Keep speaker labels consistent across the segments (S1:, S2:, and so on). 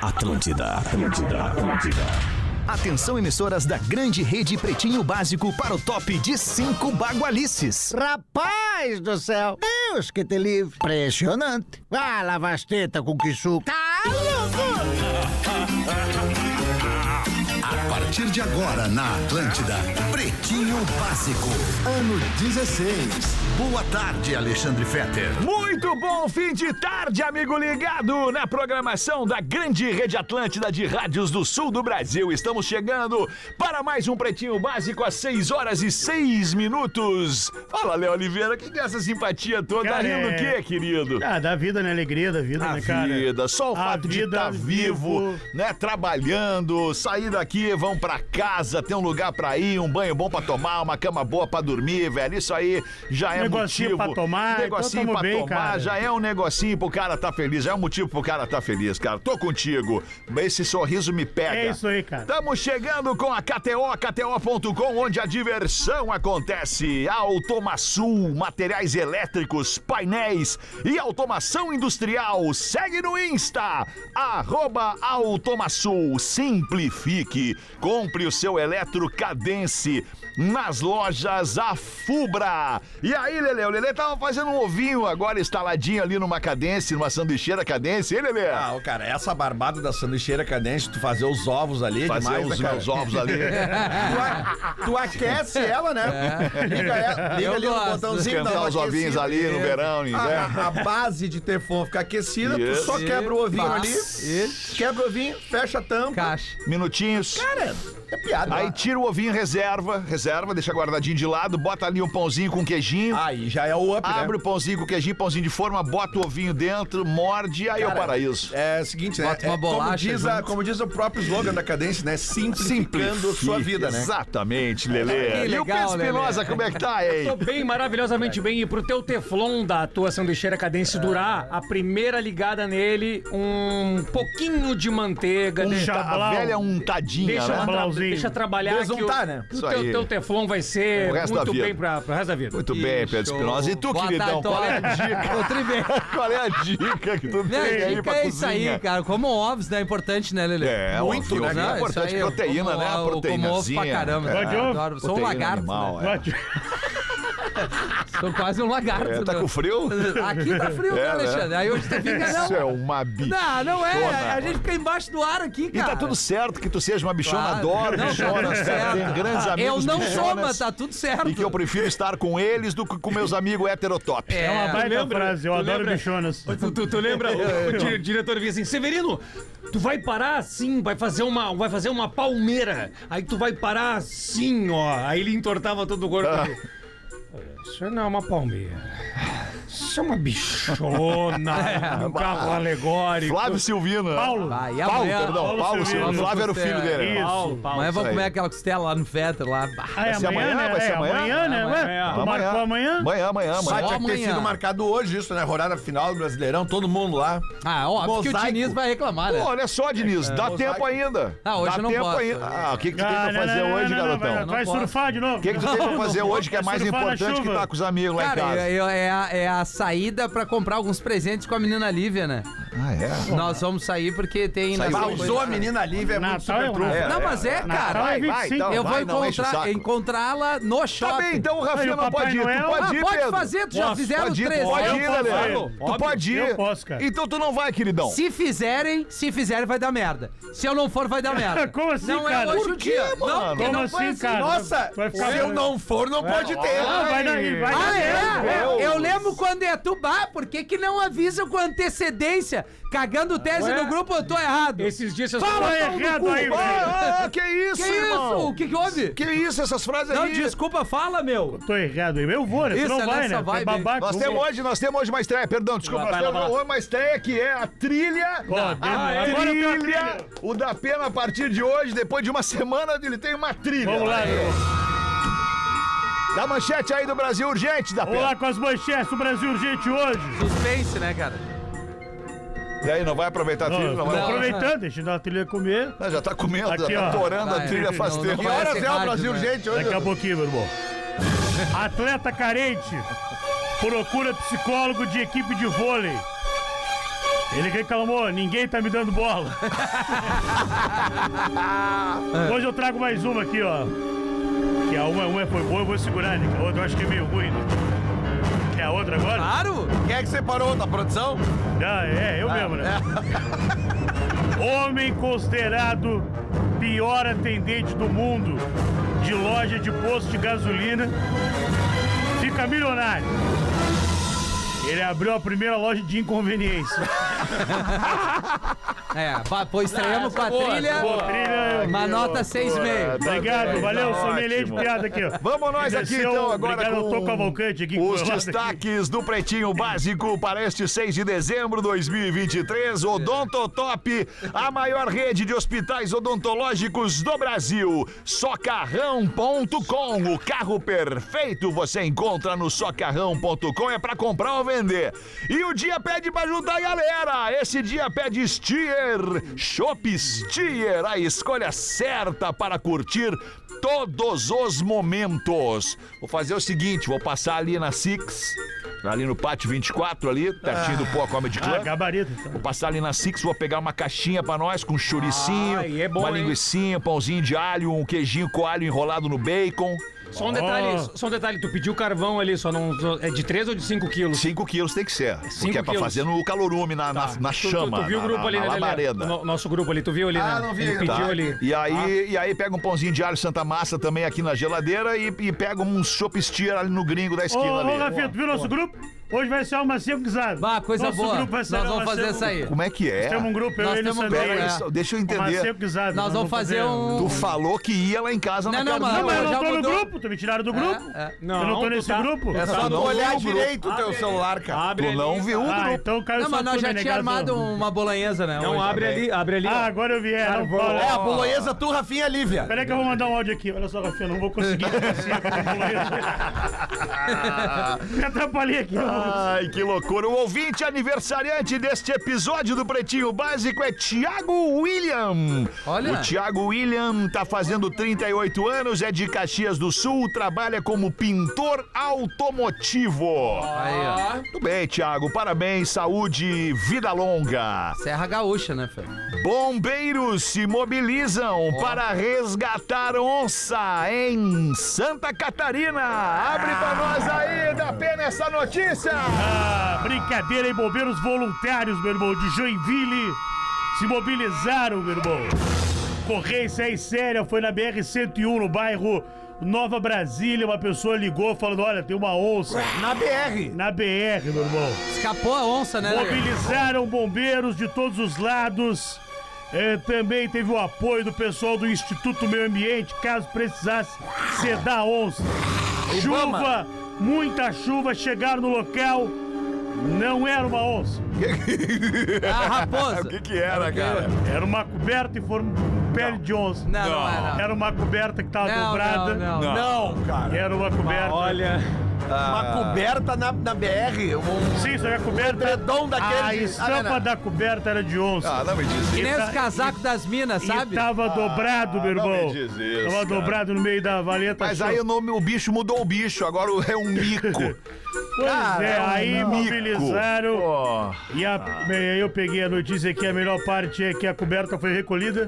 S1: Atlântida, Atlântida, Atlântida. Atenção, emissoras da grande rede Pretinho Básico para o top de cinco bagualices.
S2: Rapaz do céu! Deus que te livre! Impressionante! Vai lavar as tetas com que suco! Tá
S3: A partir de agora na Atlântida, Pretinho Básico, ano 16. Boa tarde, Alexandre Fetter.
S4: Muito bom fim de tarde, amigo ligado na programação da grande rede Atlântida de rádios do sul do Brasil. Estamos chegando para mais um Pretinho Básico às 6 horas e 6 minutos. Fala, Léo Oliveira, que dessa simpatia toda?
S5: Cara,
S4: Rindo o
S5: é-
S4: quê, querido?
S5: Ah, da vida, né? Alegria da vida,
S4: A
S5: né, cara?
S4: vida, só o
S5: A
S4: fato de
S5: vida
S4: estar vivo,
S5: vivo.
S4: né? Trabalhando, sair daqui, vão pra casa, tem um lugar pra ir, um banho bom pra tomar, uma cama boa pra dormir, velho. Isso aí já é
S5: Negocinho
S4: motivo.
S5: pra tomar,
S4: negocinho
S5: então tamo
S4: pra
S5: bem,
S4: tomar,
S5: cara.
S4: já é um negocinho pro cara tá feliz, já é um motivo pro cara tá feliz, cara. Tô contigo. Esse sorriso me pega.
S5: É isso aí, cara.
S4: Estamos chegando com a KTO, KTO.com, onde a diversão acontece. Automaçul, materiais elétricos, painéis e automação industrial. Segue no Insta, arroba Automaçul. Simplifique. Compre o seu eletro Cadence nas lojas Afubra. E aí, Lele, o Lele tava fazendo um ovinho agora instaladinho ali numa Cadence, numa sanduicheira Cadence. E Lele?
S6: Ah, ô, cara, essa barbada da sanduicheira cadente, tu fazer os ovos ali, é
S4: Fazer
S6: demais,
S4: os
S6: né, cara?
S4: meus ovos ali.
S6: Tu, a- tu aquece ela, né? Liga, ela- liga
S7: Eu
S6: ali no
S7: gosto.
S6: botãozinho
S4: É. Esquentar
S6: uma
S4: os ovinhos
S6: aquecida.
S4: ali no verão, né? no
S7: Né?
S4: inverno.
S6: A, a tá base de Teflon fica aquecida,
S4: Isso.
S6: tu só quebra o ovinho
S7: Bah.
S6: ali,
S7: Isso.
S6: quebra o ovinho, fecha a tampa.
S7: Caixa.
S4: Minutinhos.
S6: Cara, é piada.
S4: Aí tira o ovinho, reserva, reserva, deixa guardadinho de lado, bota ali um pãozinho com queijinho,
S6: Aí já é o up,
S7: Ah,
S6: né?
S4: abre o pãozinho com queijinho, pãozinho de forma, bota o ovinho dentro, morde, aí é o
S6: Cara,
S4: paraíso.
S6: É o seguinte, né?
S7: Bota uma
S6: É como,
S7: bolacha
S6: diz a-
S7: junto.
S6: como diz o próprio slogan da cadência, né? Simplificando sua vida, né?
S4: Exatamente, Lelê.
S7: Que
S4: E o
S7: legal,
S4: Pedro Espinosa,
S7: Lelê.
S4: como é que tá, hein?
S8: Tô bem, maravilhosamente bem. E pro teu Teflon da tua sanduicheira cadência durar, a primeira ligada nele, um pouquinho de manteiga.
S4: Um
S8: deixa-
S4: ta- a
S5: Chablau.
S4: velha untadinha,
S8: Deixa,
S4: né?
S8: tra-
S5: Chablauzinho.
S8: deixa trabalhar
S6: Desuntar,
S8: que o,
S6: né?
S8: o
S4: Isso
S8: teu,
S4: aí.
S8: teu Teflon vai ser
S4: O resto da
S8: muito
S4: vida.
S8: bem pra, pro resto da vida.
S4: Muito bem, Pedro Espinosa. E tu,
S7: Boa
S4: queridão,
S7: tarde,
S4: qual é a
S7: Toledo.
S4: dica?
S7: Tô trivendo.
S4: qual é a dica que tu tem
S7: Minha
S4: aí
S7: né, dica
S4: pra
S7: é isso
S4: cozinha?
S7: aí, cara. Como ovos, né? É importante, né, Lelê?
S4: É,
S7: Muito,
S4: óbvio,
S7: né?
S4: né?
S7: cara?
S4: É importante
S7: Isso aí, eu
S4: proteína,
S7: como
S4: né? A
S7: ovo- eu Como ovo pra
S4: proteinazinha.
S7: caramba.
S4: Gosta
S5: de
S7: cara.
S5: ovo?
S7: Adoro. Sou um
S4: Proteína
S7: lagarto,
S4: animal,
S7: né?
S4: é.
S5: Ótimo.
S7: Sou quase um lagarto.
S4: É, tá
S7: né?
S4: com frio?
S7: Aqui tá frio,
S4: É,
S7: né,
S4: né?
S7: Alexandre? Aí hoje tu fica, não.
S4: Isso é uma bicha.
S7: Não, não é.
S4: Bichona.
S7: A gente fica embaixo do ar aqui,
S4: E
S7: cara.
S4: tá tudo certo que tu seja uma bichona,
S7: Claro.
S4: adoro
S7: Não, tá
S4: bichonas,
S7: tudo
S4: cara.
S7: certo.
S4: Tem grandes amigos
S7: Eu não sou,
S4: bichonas
S7: mas tá tudo certo.
S4: E que eu prefiro estar com eles do que com meus amigos heterotop.
S5: É uma
S4: né?
S5: baita
S8: lembra-
S5: frase, eu
S8: tu
S5: adoro
S8: lembra-
S5: bichonas.
S8: Tu, tu- tu lembra?
S4: É,
S8: O, o di- diretor vinha assim, Severino, tu vai parar assim, vai fazer uma, vai fazer uma palmeira. Aí tu vai parar assim, ó. Aí ele entortava todo o corpo.
S4: Ah.
S8: Ele, Isso não é uma palmeira. Isso é uma bichona, um carro alegórico.
S4: É. Flávio Silvino.
S5: Paulo.
S7: Vai, e
S4: Paulo,
S7: amanhã-
S4: perdão. Paulo,
S5: Paulo
S4: Silvino.
S5: Silvino.
S4: Flávio era o filho dele. né?
S5: Isso.
S8: Paulo, Paulo.
S7: Amanhã vou
S4: Isso aí.
S7: comer aquela costela lá no Fetter, lá. Bah.
S5: Ah, é
S4: Vai ser
S5: amanhã,
S4: amanhã?
S5: né?
S4: Vai ser
S5: é
S4: amanhã?
S5: amanhã, né?
S8: Amanhã.
S5: Ué, tu marcou amanhã?
S4: Amanhã, amanhã,
S6: Mas
S4: amanhã.
S6: tinha que ter
S7: amanhã.
S6: sido marcado hoje isso, né? Rodada final do Brasileirão, todo mundo lá.
S7: Ah, óbvio que o
S6: Mosaico.
S7: Diniz vai reclamar,
S4: Pô,
S7: né?
S4: olha só, Diniz, dá
S6: mosaico.
S4: tempo ainda.
S7: Ah, hoje
S4: dá
S7: eu não
S4: tempo
S7: posso.
S4: ainda. Ah, o que, que tu tem
S5: Ah,
S4: pra
S5: não,
S4: fazer
S5: não, não,
S4: hoje,
S5: não, não,
S4: garotão?
S5: Vai, vai
S7: Não
S5: surfar de novo.
S4: O que, que tu tem pra
S5: Não,
S4: fazer
S5: não,
S4: hoje que é
S5: vai
S4: mais
S5: surfar na
S4: importante que
S5: chuva.
S4: tá com os amigos lá em
S7: Cara,
S4: casa?
S7: é, é a, é a saída pra comprar alguns presentes com a menina Lívia, né?
S4: Ah, é?
S7: Nós vamos sair porque tem...
S4: Saiu
S7: nós-
S4: hoje,
S6: Usou a menina Lívia, é muito
S5: Natal é
S6: super
S5: o
S6: trunfo.
S4: É,
S7: Não, mas é, cara.
S5: Natal é
S4: vai,
S5: 25.
S4: então,
S7: Eu vou
S4: vai, não enche o
S7: encontrar-
S4: saco.
S7: encontrá-la no
S4: Tá
S7: shopping.
S4: bem, então o
S5: Aí,
S4: Rafinha
S5: o
S4: não
S5: Papai
S4: pode ir. Tu
S5: Noel?
S4: pode
S7: Ah,
S4: ir,
S7: pode
S4: Pedro.
S7: fazer, tu já
S4: Posso,
S7: fizeram
S4: pode ir,
S7: três,
S4: Pode
S7: eu
S4: ir,
S7: posso
S4: Lelê.
S5: ir.
S4: Tu
S5: Óbvio,
S4: pode ir.
S5: eu posso, cara.
S4: Então tu não vai, queridão.
S7: Se fizerem, se fizerem vai dar merda. Se eu não for, vai dar merda.
S5: Como assim,
S7: não
S5: cara?
S7: é hoje
S5: Por
S7: o dia.
S4: mano?
S7: Não, porque
S5: Como
S7: não foi
S5: assim,
S7: assim.
S5: cara?
S6: Nossa,
S5: Vai ficar-
S6: se eu não for, não pode ter.
S5: Ah, vai daí, vai
S7: Ah,
S5: daí.
S7: é?
S4: Deus.
S7: Eu lembro quando é tu, bah, por que, que não avisa com antecedência? Cagando tese
S8: Ué?
S7: no grupo, eu tô errado.
S8: Esses dias vocês
S5: Fala
S8: falaram-
S5: errado aí, velho.
S4: Ah, ah, que isso,
S7: que
S4: irmão?
S7: isso? O que, que houve?
S4: Que isso, essas frases
S7: Não,
S4: aí?
S7: desculpa, fala, meu.
S5: Tô errado aí. Eu vou, né? Tu
S7: Isso,
S5: não
S7: é
S5: vai,
S7: nessa
S5: né?
S7: vibe.
S5: Vai babaca.
S4: Nós temos hoje, nós temos hoje uma estreia, perdão, desculpa, nós temos hoje uma estreia que é a trilha,
S5: Ó,
S4: a
S5: Deus, agora eu tenho a
S4: trilha,
S5: trilha.
S4: o da Pena a partir de hoje, depois de uma semana ele tem uma trilha.
S5: Vamos lá, meu.
S4: Da manchete aí do Brasil urgente, da
S5: Vamos
S4: Pena.
S5: lá com as manchetes do Brasil urgente hoje.
S7: Suspense, né, cara?
S4: E aí, não vai aproveitar a trilha, não,
S5: Não,
S4: vai.
S5: aproveitando, deixa eu dar uma trilha comer.
S4: Não, já tá comendo,
S5: Aqui,
S4: já tá
S5: ó.
S4: torando a
S7: Vai,
S4: trilha faz
S7: não, não
S4: tempo. é
S7: vai ser rádio, né?
S4: gente?
S5: Daqui a pouquinho, meu irmão. Atleta carente procura psicólogo de equipe de vôlei. Ele reclamou, ninguém tá me dando bola. Hoje eu trago mais uma aqui, ó. Que a uma, uma foi boa, eu vou segurar, né? que A outra eu acho que é meio ruim, né? É a outra agora?
S7: Claro!
S6: Quem é que separou da produção?
S5: Ah, é, eu mesmo, né? Homem considerado pior atendente do mundo de loja de posto de gasolina fica milionário. Ele abriu a primeira loja de inconveniência.
S7: É, va- pô, estreamos com a
S8: boa,
S7: trilha.
S4: Ah,
S5: Trilha-
S7: Uma nota 6,5.
S5: né? Obrigado, valeu, sommelier de
S4: tá ótimo.
S5: piada aqui. ó.
S4: Vamos nós aqui
S5: Agradeceu,
S4: então agora
S5: Obrigado, eu
S4: com
S5: tô Cavalcante aqui.
S4: os
S5: com a-
S4: destaques do Pretinho Básico para este 6 de dezembro de 2023. Odontotop, a maior rede de hospitais odontológicos do Brasil. Socarrão.com, o carro perfeito você encontra no socarrão.com, é para comprar ou vender. E o dia pede para ajudar a galera. Esse dia pede Stier, Shop Stier, a escolha certa para curtir todos os momentos. Vou fazer o seguinte, vou passar ali na Six, ali no pátio 24 ali, pertinho do Pó Comedy
S5: Ah,
S4: Club.
S5: gabarito.
S4: Vou passar ali na Six, vou pegar uma caixinha pra nós com um churicinho,
S8: Ai, é bom,
S4: uma
S8: hein?
S4: linguiçinha, um pãozinho de alho, um queijinho com alho enrolado no bacon.
S8: Só um detalhe,
S5: Oh.
S8: só um detalhe. Tu pediu carvão ali, só não. só- É de 3 ou de 5 quilos?
S4: 5 quilos tem que ser, porque é pra
S8: quilos.
S4: fazer no calorume, na, na, na
S8: Ah, Tu- tu-
S4: chama,
S8: Tu, viu
S4: na,
S8: o grupo
S4: na,
S8: ali,
S4: na
S8: né, Lelé?
S4: labareda.
S8: No- nosso grupo ali, tu viu ali,
S6: Ah,
S8: né?
S6: não vi.
S8: Ele pediu
S4: Tá?
S8: ali. Ah.
S4: E aí, e aí pega um pãozinho de alho Santa Massa também aqui na geladeira e, e pega um chopp steer ali no gringo da
S5: Ô,
S4: esquina ali.
S5: ô Rafinha, tu viu nosso grupo? Hoje vai ser uma cinco guisada.
S7: Bah, coisa
S5: Nosso
S7: boa.
S5: grupo vai
S7: Nós
S5: sair
S7: vamos
S5: uma
S7: fazer
S5: cinco-
S7: essa aí.
S4: Como é que é?
S5: Temos um grupo, eu,
S7: Nós
S5: ele e o
S7: temos um
S5: Sandrei.
S7: grupo,
S4: Pera aí,
S7: É.
S4: só- deixa eu
S5: Uma
S4: entender.
S5: cinco guisada.
S7: Nós vamos fazer um.
S4: Tu falou que ia lá em casa na
S7: Não, não,
S4: casa
S7: mas-
S5: Não, mas eu
S7: Já
S5: não tô no
S7: mudou.
S5: grupo, tu me tiraram do grupo?
S7: É, é.
S8: Não,
S5: eu não tô
S8: tu
S5: nesse
S8: tá-
S5: grupo?
S6: É só tu olhar direito o teu celular, cara.
S8: Abre
S4: Tu
S8: ali.
S4: não viu o
S5: Ah,
S4: grupo.
S5: então caiu
S7: Não, mas nós já tinha armado um- uma bolanhesa, né?
S8: Não,
S7: hoje.
S8: abre ali, abre ali.
S5: Ah,
S8: ó.
S5: agora eu vi. É, não, fala.
S6: É, a bolonhesa tu, Rafinha Lívia.
S5: Peraí que eu vou mandar um áudio aqui. Olha só, Rafinha, não vou conseguir. assim, eu Me atrapalhei aqui.
S4: Ai, que loucura. O ouvinte aniversariante deste episódio do Pretinho Básico é Tiago William.
S7: Olha.
S4: O Tiago William tá fazendo 38 anos, é de Caxias do Sul, trabalha como pintor automotivo.
S7: Aí,
S4: Muito bem, Tiago. Parabéns, saúde e vida longa.
S7: ó. Serra Gaúcha, né, Fê?
S4: Bombeiros se mobilizam para resgatar onça em Santa Catarina. Abre pra nós aí, dá pena essa notícia.
S5: Ah, brincadeira, hein, bombeiros voluntários, meu irmão, de Joinville se mobilizaram, meu irmão. Corrência aí séria, foi na BR-101, no bairro Nova Brasília, uma pessoa ligou falando, olha, tem uma onça
S6: Na BR.
S5: na BR, meu irmão.
S7: Escapou a onça, né? Lelê?
S5: Mobilizaram bombeiros de todos os lados. É, também teve o apoio do pessoal do Instituto Meio Ambiente, caso precisasse sedar onça. Chuva, muita chuva, chegaram no local. Não era uma onça,
S7: A raposa.
S4: O que que era, cara?
S5: era uma coberta e foram pele de onça.
S7: Não, não é, não.
S5: Era uma coberta que
S4: tá
S5: estava
S7: Não,
S5: dobrada.
S7: não, não. Ah.
S6: Não, cara.
S5: Era uma coberta.
S8: Olha.
S6: Uma coberta na, na BR. Um
S5: Sim, só que a coberta.
S6: edredom daquele.
S7: Ah,
S6: Ah,
S5: A estampa da coberta era de onça.
S4: Ah, não me diz isso.
S7: Que nem
S5: E tá-
S7: os casacos das minas, sabe?
S5: E
S4: tá
S5: tava dobrado, meu
S4: Ah, não
S5: irmão.
S4: me diz isso, cara.
S5: tava dobrado no meio da valeta.
S4: Mas
S5: show.
S4: aí o nome, o bicho mudou o bicho, agora é um mico.
S5: Pois é, aí mobilizaram.
S4: um Pô.
S5: E a- bem, aí eu peguei a notícia que a melhor parte é que a coberta foi recolhida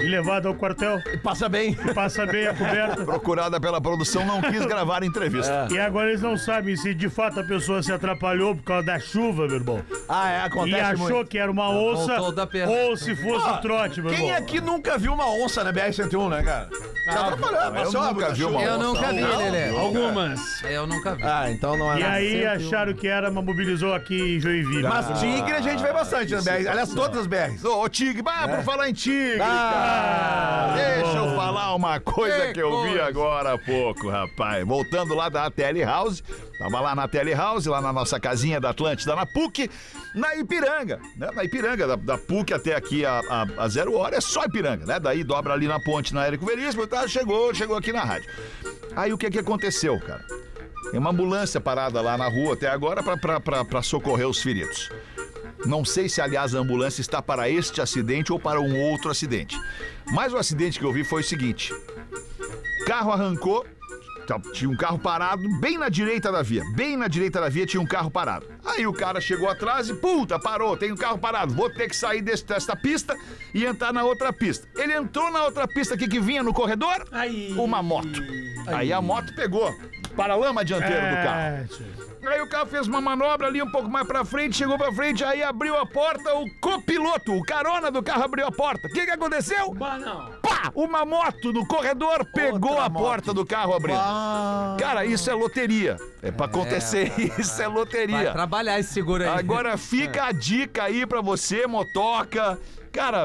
S5: e levada ao quartel.
S6: Passa bem.
S5: Passa bem a coberta.
S4: Procurada pela produção, não quis gravar a entrevista.
S5: E agora eles não sabem se de fato a pessoa se atrapalhou por causa da chuva, meu irmão.
S6: Ah, é,
S5: E
S6: acontece
S5: achou
S6: muito.
S5: que era uma onça
S7: voltou da perna.
S5: ou se fosse
S6: Ó,
S5: um trote, meu irmão.
S4: é
S6: Quem aqui nunca viu uma onça na BR-101, né, cara? Já atrapalhou, passou
S4: nunca
S6: muita
S4: vi uma
S6: chuva.
S7: Eu
S4: tá
S7: nunca vi, Lelê.
S8: Algumas.
S7: Eu nunca vi.
S6: Ah, então não é
S5: E
S6: nada.
S5: aí
S7: um.
S5: acharam que era, mas mobilizou aqui em Joinville.
S6: Mas tigre a gente vê bastante na BR. Aliás, todas as BRs.
S4: Ô, Tigre, bah, por falar em Tigre,
S6: Ah,
S4: cara. Deixa eu falar uma coisa que,
S7: Que
S4: eu vi
S7: coisa.
S4: agora há pouco, rapaz. Voltando lá da Tele House, tava lá na Tele House, lá na nossa casinha da Atlântida, na PUC, na Ipiranga, né? Na Ipiranga, da, da PUC até aqui a, a- a zero hora é só Ipiranga, né? Daí dobra ali na ponte, na Érico Veríssimo, tá? Chegou, chegou aqui na rádio. Aí o que que aconteceu, cara? Tem uma ambulância parada lá na rua até agora pra- pra- pra pra socorrer os feridos. Não sei se, aliás, a ambulância está para este acidente ou para um outro acidente. Mas o acidente que eu vi foi o seguinte: carro arrancou, Tá- Tinha um carro parado bem na direita da via. Bem na direita da via tinha um carro parado. Aí o cara chegou atrás e, puta, parou, tem um carro parado. Vou ter que sair desse- desta pista e entrar na outra pista. Ele entrou na outra pista aqui que vinha no corredor,
S8: Aí.
S4: uma moto. Aí a moto pegou. Paralama dianteiro do carro.
S5: É, tio.
S4: Aí o carro fez uma manobra ali um pouco mais pra frente, chegou pra frente, aí abriu a porta, o copiloto, o carona do carro abriu a porta. O que que aconteceu?
S8: Bah, Ah, não.
S4: Pá! Uma moto no corredor pegou a porta do carro abrindo. Cara, isso é loteria. É pra acontecer, isso é
S7: Vai
S4: loteria.
S7: trabalhar esse seguro aí.
S4: Agora fica a dica aí pra você, motoca. Cara,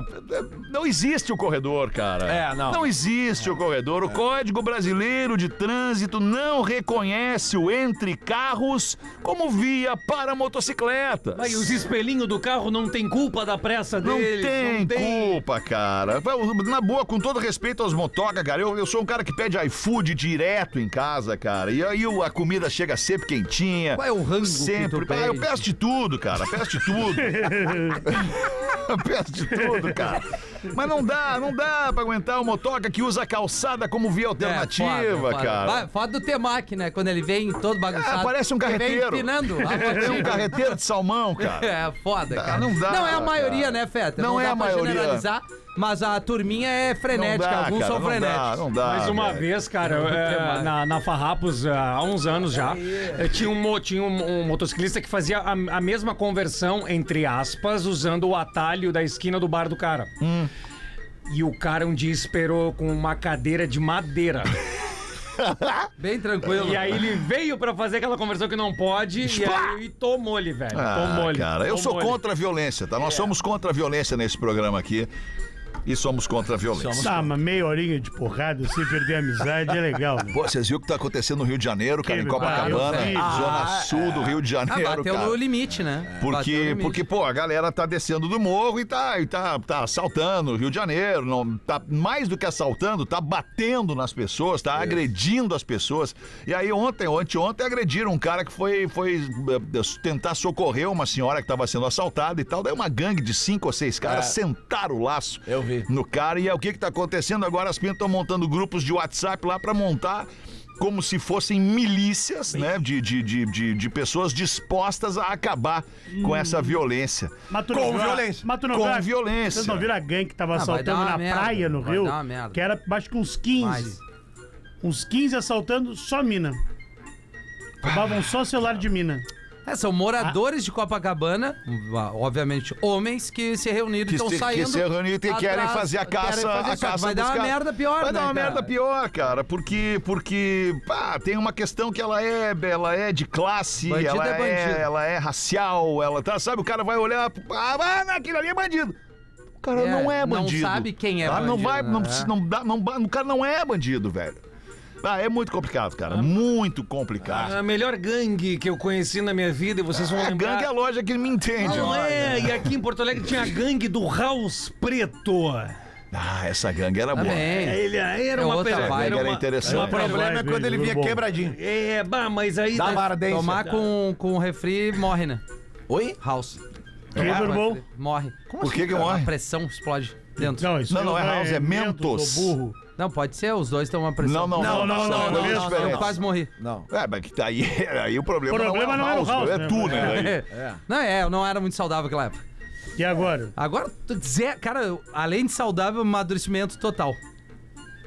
S4: não existe o corredor, cara.
S6: É, não.
S4: Não existe o corredor. O Código Brasileiro de Trânsito não reconhece o entre carros como via para motocicletas.
S8: Aí os espelhinhos do carro não tem culpa da pressa
S4: Não tem,
S8: dele.
S4: culpa, cara. Na boa, com todo respeito aos motoca, cara, eu, eu sou um cara que pede iFood direto em casa, cara. E aí o- a comida chega sempre quentinha.
S7: Qual é o rango que
S4: Sempre.
S7: tu
S4: Ah, eu
S7: pede?
S4: peço de tudo, cara. Peço de tudo. Eu peço de tudo, cara. Mas não dá, não dá pra aguentar o motoca que usa a calçada como via alternativa, cara.
S7: Vai- É, Foda do Temac, né? Quando ele vem todo bagunçado.
S4: Ah, parece um
S7: Ele
S4: carreteiro.
S7: Vem empinando.
S4: É um carreteiro de salmão, cara.
S7: É, foda, cara.
S4: não dá,
S7: é a maioria,
S4: cara.
S7: né, Feta?
S4: Não é
S7: dá
S4: a
S7: pra
S4: maioria.
S7: generalizar, mas a turminha é
S4: Não
S7: frenética.
S4: dá,
S7: Alguns
S4: cara,
S7: são
S4: não
S7: frenéticos.
S4: dá, não dá.
S8: Mais uma
S4: velho.
S8: vez, cara, eu, eh,
S7: mais.
S8: na, na Farrapos, ah, há uns anos já, eh, tinha, um, mo- tinha um, um motociclista que fazia a, a mesma conversão, entre aspas, usando o atalho da esquina do bar do cara.
S4: Hum.
S8: E o cara um dia esperou com uma cadeira de madeira.
S7: Bem tranquilo.
S8: e aí ele veio pra fazer aquela conversão que não pode e, aí, e tomou-lhe, velho.
S4: Ah,
S8: tomou-lhe.
S4: cara, eu sou
S8: tomou-lhe.
S4: contra a violência, tá? Nós
S7: É.
S4: somos contra a violência nesse programa aqui. E somos contra a violência.
S5: Tá, mas meia horinha de porrada sem perder a amizade é legal, né?
S4: Pô, vocês viram o que tá acontecendo no Rio de Janeiro, cara, em
S5: Que
S4: Copacabana,
S5: maravilha.
S4: zona sul do Rio de
S7: Ah,
S4: Janeiro,
S7: bateu
S4: cara.
S7: no limite, né? Bateu no
S4: Porque,
S7: limite.
S4: porque, pô, a galera tá descendo do morro e tá, e tá, tá assaltando o Rio de Janeiro. Não, tá mais do que assaltando, tá batendo nas pessoas, tá agredindo as pessoas. E aí ontem, ou anteontem, agrediram um cara que foi, foi eh, tentar socorrer uma senhora que tava sendo assaltada e tal. Daí uma gangue de cinco ou seis caras sentaram o laço
S6: Eu vi.
S4: no cara. E é o que que tá acontecendo agora? As pintas estão montando grupos de WhatsApp lá pra montar como se fossem milícias, né? De, de, de, de, de pessoas dispostas a acabar com essa violência.
S5: Mas tu
S6: Com
S5: viu a-
S6: violência.
S5: Mas tu não
S4: Com
S5: viu a-
S4: violência.
S5: Vocês não viram a gangue que tava
S7: Ah, vai dar
S5: assaltando
S7: uma
S5: na
S7: merda,
S5: praia no
S7: vai
S5: Rio?
S7: dar uma merda.
S5: Que era acho que uns 15.
S7: Mas-
S5: Uns 15 assaltando só mina. Roubavam só celular de mina.
S7: É, são moradores de Copacabana, ah, obviamente homens, que se reuniram e
S4: Que
S7: estão
S4: se,
S7: saindo.
S4: que se reuniram e querem
S7: atrás,
S4: fazer a
S7: querem
S4: caça,
S7: fazer
S4: a
S7: isso.
S4: caça
S7: Vai dar
S4: dos
S7: uma
S4: caras.
S7: merda pior,
S4: Vai
S7: né,
S4: dar uma
S7: cara?
S4: merda pior, cara, porque porque pá, tem uma questão que ela é ela é de classe,
S7: Bandido
S4: ela
S7: é bandido.
S4: ela é racial, ela tá, sabe, o cara vai olhar, ah, mas aquele ali é bandido. O cara
S7: É,
S4: não é
S7: não
S4: bandido.
S7: sabe quem é
S4: tá? Não
S7: bandido,
S4: vai, não,
S7: né?
S4: precisa- não dá, não, ba- o cara não é bandido, velho. Ah, é muito complicado, cara, muito complicado.
S8: É
S7: Ah,
S8: A melhor gangue que eu conheci na minha vida, e vocês vão
S4: a
S8: lembrar...
S4: gangue é a loja que me entende.
S8: Não
S4: né?
S8: é, e aqui em Porto Alegre tinha a gangue do House Preto.
S4: Ah, essa gangue
S7: Tá
S4: era boa.
S7: Também.
S8: Ele era
S7: É
S8: uma
S7: outra
S8: pera-
S7: vibe.
S8: era
S4: Era
S8: uma-
S4: interessante.
S6: O problema é
S5: Vai,
S6: quando ele vinha
S5: bom.
S6: quebradinho.
S8: É, bah, mas aí.
S6: Dá vardência.
S7: Tomar com, com o refri morre, né?
S6: Oi?
S7: House.
S5: Que,
S7: é,
S5: meu irmão?
S7: Morre.
S4: Por que que assim? morre?
S7: A pressão explode dentro.
S5: Não, isso
S4: Não, não é
S5: aí
S4: House, é Mentos.
S5: Mentos. do burro.
S7: Não, pode ser, os dois estão uma pressão.
S4: Não, não, não,
S5: Não, não,
S4: são
S5: não,
S4: coisas
S5: não, não,
S4: diferentes.
S7: Eu quase morri.
S6: Não.
S4: É, mas que tá aí, aí o problema,
S5: O problema
S4: não é, o House, é
S5: né?
S4: tu, né? velho?
S7: É. Não, é, eu não era muito saudável naquela época.
S5: E agora?
S7: Agora, tu dizer, cara, eu- além de saudável, amadurecimento total.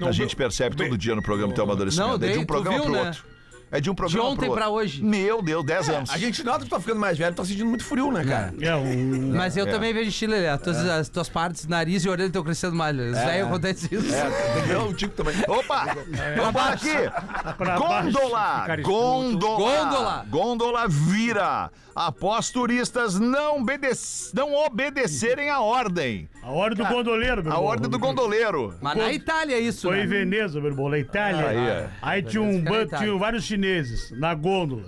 S4: a gente percebe todo dia no programa teu amadurecimento.
S7: Não,
S4: é de
S7: dei-
S4: um
S7: tu
S4: programa
S7: viu,
S4: pro
S7: né?
S4: outro. É de um programa
S7: ontem
S4: pro outro.
S7: pra hoje.
S4: Meu Deus, 10 anos.
S6: A gente nota que tá ficando mais velho, tá sentindo muito frio, né, cara?
S5: É, um...
S7: Mas eu
S4: é.
S7: também vejo estilo, Lelé. As tuas, as tuas partes, nariz e orelha estão crescendo mais.
S4: É.
S7: Lelé. Os velhos acontece isso.
S6: Eu digo também.
S4: Opa! Opa aqui!
S5: pra baixo.
S4: Gôndola! Gôndola!
S7: Gôndola!
S4: Gôndola vira! Após turistas não, obede- não obedecerem a ordem.
S5: A hora do gondoleiro, meu
S4: A
S5: irmão.
S4: ordem do gondoleiro.
S7: Mas na Itália é isso,
S5: Foi em
S7: né?
S5: Veneza, meu irmão, na Itália.
S4: Aí, é.
S5: aí tinha um
S7: Veneza,
S5: banco,
S7: Itália.
S5: tinha vários chineses na gôndola.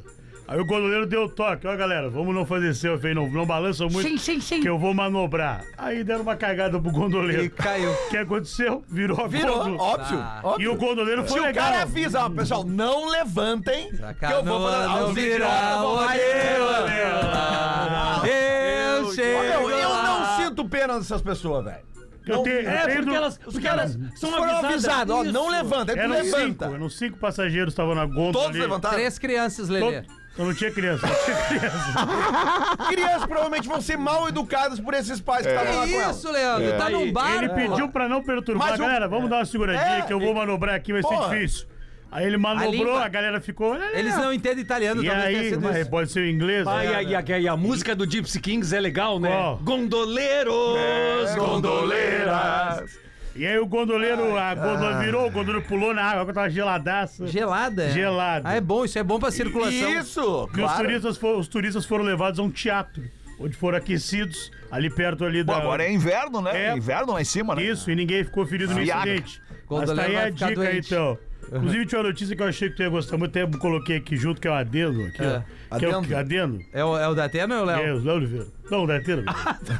S5: Aí o gondoleiro deu o toque, ó galera, vamos não fazer selfie, não, não balança muito,
S7: Sim, sim, sim.
S5: que eu vou manobrar. Aí deram uma cagada pro gondoleiro.
S7: E caiu.
S5: O que aconteceu? Virou a
S6: Virou,
S5: gôndola.
S6: óbvio.
S7: Ah.
S5: E
S6: óbvio.
S5: o gondoleiro foi
S6: Se o
S5: legal.
S6: cara avisa, ó, pessoal, não levantem, que eu vou fazer... Ah,
S7: não
S6: os
S7: virar
S6: idiotas vão lá e-
S5: É,
S7: orelha. Eu
S6: Ô,
S7: chego
S6: meu, eu
S7: lá.
S6: não sinto pena dessas pessoas, velho.
S5: Eu tenho- eu
S8: é,
S5: tenho
S8: porque
S5: do-
S8: elas, os caras são
S6: Foram
S8: avisados.
S6: avisados, ó, não levanta, aí tu
S5: Eram cinco, né?
S6: levanta.
S5: eram cinco passageiros que estavam na gôndola
S6: Todos
S5: ali.
S6: levantaram.
S7: Três crianças, Lelê.
S5: Todo- Eu não tinha criança, não tinha criança.
S6: Crianças provavelmente vão ser mal educadas por esses pais que estavam lá
S7: Que
S6: com ela.
S7: isso, Leandro? Tá num bar,
S5: Ele
S7: pô.
S5: pediu pra não perturbar,
S6: Mas o-
S5: galera, vamos dar uma seguradinha
S6: É,
S5: que eu vou manobrar aqui, vai
S6: Porra.
S5: ser difícil. Aí ele
S7: A
S5: manobrou,
S7: língua.
S5: a, galera ficou...
S7: Eles não entendem italiano,
S5: E
S7: talvez tenha
S5: aí,
S7: sido
S5: mas
S7: isso.
S5: pode ser o inglês,
S8: Ah,
S5: né?
S8: e, a, e a- e a música do Gypsy Kings é legal, né?
S5: Qual?
S8: Gondoleiros!
S4: Gondoleiras.
S5: E aí o gondoleiro, a gondola virou, o gondoleiro pulou na água, que tava geladaça.
S7: Gelada? é?
S5: Gelada.
S7: Ah, é bom, isso é bom pra circulação.
S6: Isso,
S5: E os
S6: claro.
S5: turistas, foram, os turistas foram levados a um teatro, onde foram aquecidos, ali perto ali
S4: Pô,
S5: da...
S4: agora é inverno, né?
S5: É.
S4: Inverno lá em cima, né?
S5: Isso, e ninguém ficou ferido no
S4: Viagra.
S5: incidente. Mas
S7: Gondoleiro
S5: tá aí
S7: vai
S5: a
S7: ficar
S5: dica, aí,
S7: doente.
S5: então. Inclusive tinha uma notícia que eu achei que tu ia gostar muito, até coloquei aqui junto, que é o adendo. Aqui,
S7: É.
S5: ó. Que é o
S6: Adendo?
S5: que- adendo.
S7: É o, é o da Atena ou é o
S5: É,
S7: Léo?
S5: os Léo Oliveira. Não, da Atena.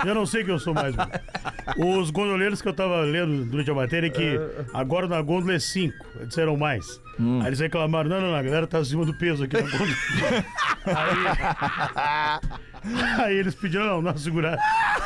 S5: Eu não sei quem eu sou mais. mano. Os gondoleiros que eu tava lendo durante a matéria é que agora na gôndola é cinco. Antes eram mais.
S6: Hum.
S5: Aí eles reclamaram: não, não, não, a galera tá acima do peso aqui na gôndola. aí, aí eles pediram: não, não segurar.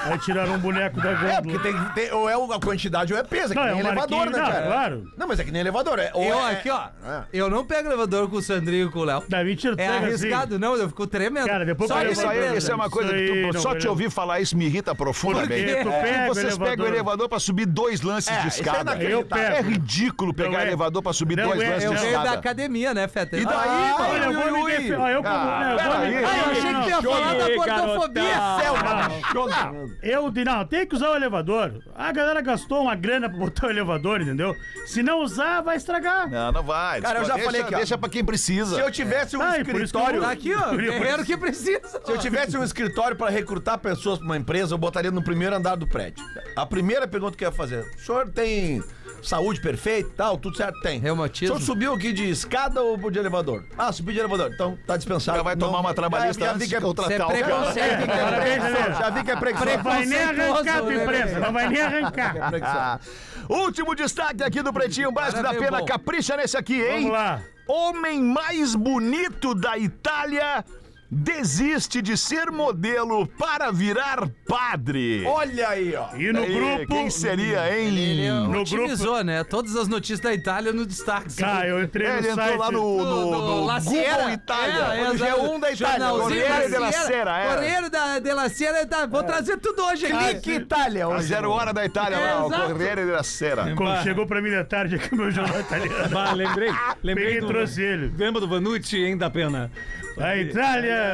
S5: Aí tiraram um boneco da
S6: É, porque
S5: gôndola.
S6: tem que ter, ou é o- a quantidade ou é peso, é que
S5: Não, é
S6: nem
S5: um
S6: elevador,
S5: barquinho,
S6: né,
S5: não,
S6: cara?
S5: claro.
S6: Não, mas é que nem elevador, é. Ou
S7: Eu
S6: é,
S7: aqui, ó.
S6: é.
S7: Eu não pego elevador com o Sandrinho e com o Léo.
S5: Da mentira, tu
S7: É
S5: pega assim.
S7: arriscado, não, eu fico tremendo.
S5: Cara, depois
S7: Só
S5: que eu
S7: de
S4: Isso aí,
S7: surpresa.
S4: isso é uma coisa
S5: Isso
S4: que
S5: aí,
S4: tu,
S5: não,
S4: só te
S5: beleza.
S4: ouvir falar isso me irrita profundamente.
S5: Porque tu
S4: É.
S5: pega o
S4: Vocês pegam o
S5: elevador.
S4: elevador pra subir dois lances
S6: É,
S4: de
S6: isso é
S4: escada.
S6: inacreditável.
S5: Eu pego.
S4: É ridículo pegar
S5: Não é.
S4: elevador pra subir
S5: Não
S4: dois
S5: é,
S4: lances
S7: Eu
S4: de
S7: venho da
S4: escada.
S7: academia, né, Feta?
S6: E daí, mano?
S5: Olha, eu vou me
S6: Ui, ui.
S5: defender. Ah, eu como.
S4: Ah,
S5: né, eu vou me-
S4: peraí.
S5: Não,
S7: Ah, eu
S5: não,
S7: achei
S5: não.
S7: que tu ia falar da
S8: Ei,
S7: gordofobia.
S8: garotão.
S6: é
S5: Eu de não, tem que usar o elevador. A galera gastou uma grana pra botar o elevador, entendeu? Se não usar, vai estragar.
S4: Não, não vai.
S6: Cara, eu já
S4: deixa,
S6: falei aqui, ó.
S4: Deixa pra quem
S6: Se
S4: precisa.
S6: eu tivesse um
S5: Ai, por isso que eu
S6: escritório.
S7: Tá aqui, ó. Guerreiro que precisa.
S6: Se eu tivesse um escritório para recrutar pessoas para uma empresa, eu botaria no primeiro andar do prédio. A primeira pergunta que eu ia fazer: o senhor tem saúde perfeita e tal? Tudo certo? Tem.
S7: Reumatismo?
S6: O senhor subiu aqui de escada ou de elevador? Ah, subi de elevador. Então, tá dispensado.
S4: Já vai tomar uma trabalhista
S6: Já, já vi
S4: antes
S6: que é,
S4: de contratar
S7: Isso é
S4: o cara.
S7: preconceito.
S6: já vi que é
S5: Parabéns,
S6: preguiçoso.
S5: Lelê.
S6: Já vi que é
S5: Não
S6: preguiçoso.
S5: vai nem arrancar a tua
S7: né,
S5: empresa,
S7: velho?
S5: não vai nem arrancar.
S4: Ah. Último destaque aqui do Pretinho Básico
S7: Cara,
S4: da
S7: veio
S4: Pena.
S7: bom.
S4: Capricha nesse aqui, hein?
S5: Vamos lá.
S4: Homem mais bonito da Itália desiste de ser modelo para virar padre.
S6: Olha aí, ó.
S5: E no
S4: Aí,
S5: grupo.
S4: Quem seria, hein?
S7: Ele
S5: No
S7: otimizou, né? Todas as notícias da Itália no destaque.
S5: Cara, tá, eu entrei
S4: É,
S5: no
S4: ele entrou
S5: site.
S4: lá no, no, no
S7: La
S4: Google
S7: Sera.
S4: Itália. um
S7: É, é,
S4: no
S7: exato.
S4: G1 da Itália.
S7: Jornalzinho
S4: Corriere della
S7: La
S4: Sera, é.
S7: Corriere da, della Sera. Tá, vou trazer tudo hoje aqui.
S6: Clique Itália
S4: A
S6: hoje.
S4: Tá zero hora da Itália,
S7: É,
S4: lá, o
S7: exato.
S4: Corriere della Sera.
S5: Quando chegou pra mim de tarde aqui, meu jornal italiano.
S8: Bah, lembrei. Lembrei
S5: Peguei e
S8: do,
S5: trouxe ele.
S8: Lembra do Vanucci, hein, da pena?
S5: A Itália.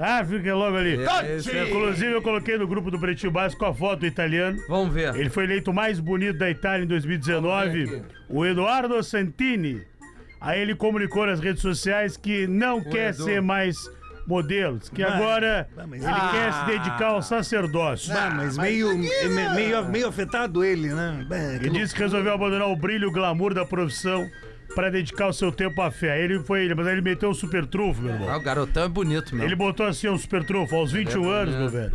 S5: África logo ali.
S7: esse é-
S5: Inclusive, eu coloquei no grupo do Pretinho Básico a foto do italiano.
S7: Vamos ver.
S5: Ele foi eleito o mais bonito da Itália em 2019, o Eduardo Santini. Aí ele comunicou nas redes sociais que não quer
S7: Edu.
S5: ser mais modelos, que agora ele quer se dedicar ao sacerdócio.
S8: Ah, mas, meio, me- meio, meio afetado ele, né? Bah, que
S5: Ele disse que resolveu abandonar o brilho e o glamour da profissão para dedicar o seu tempo à fé. Aí Ele foi ele, mas aí ele meteu um super trunfo, meu irmão.
S7: Ah, o garotão é bonito, meu.
S5: Ele botou assim um super trunfo aos 21 anos, meu velho.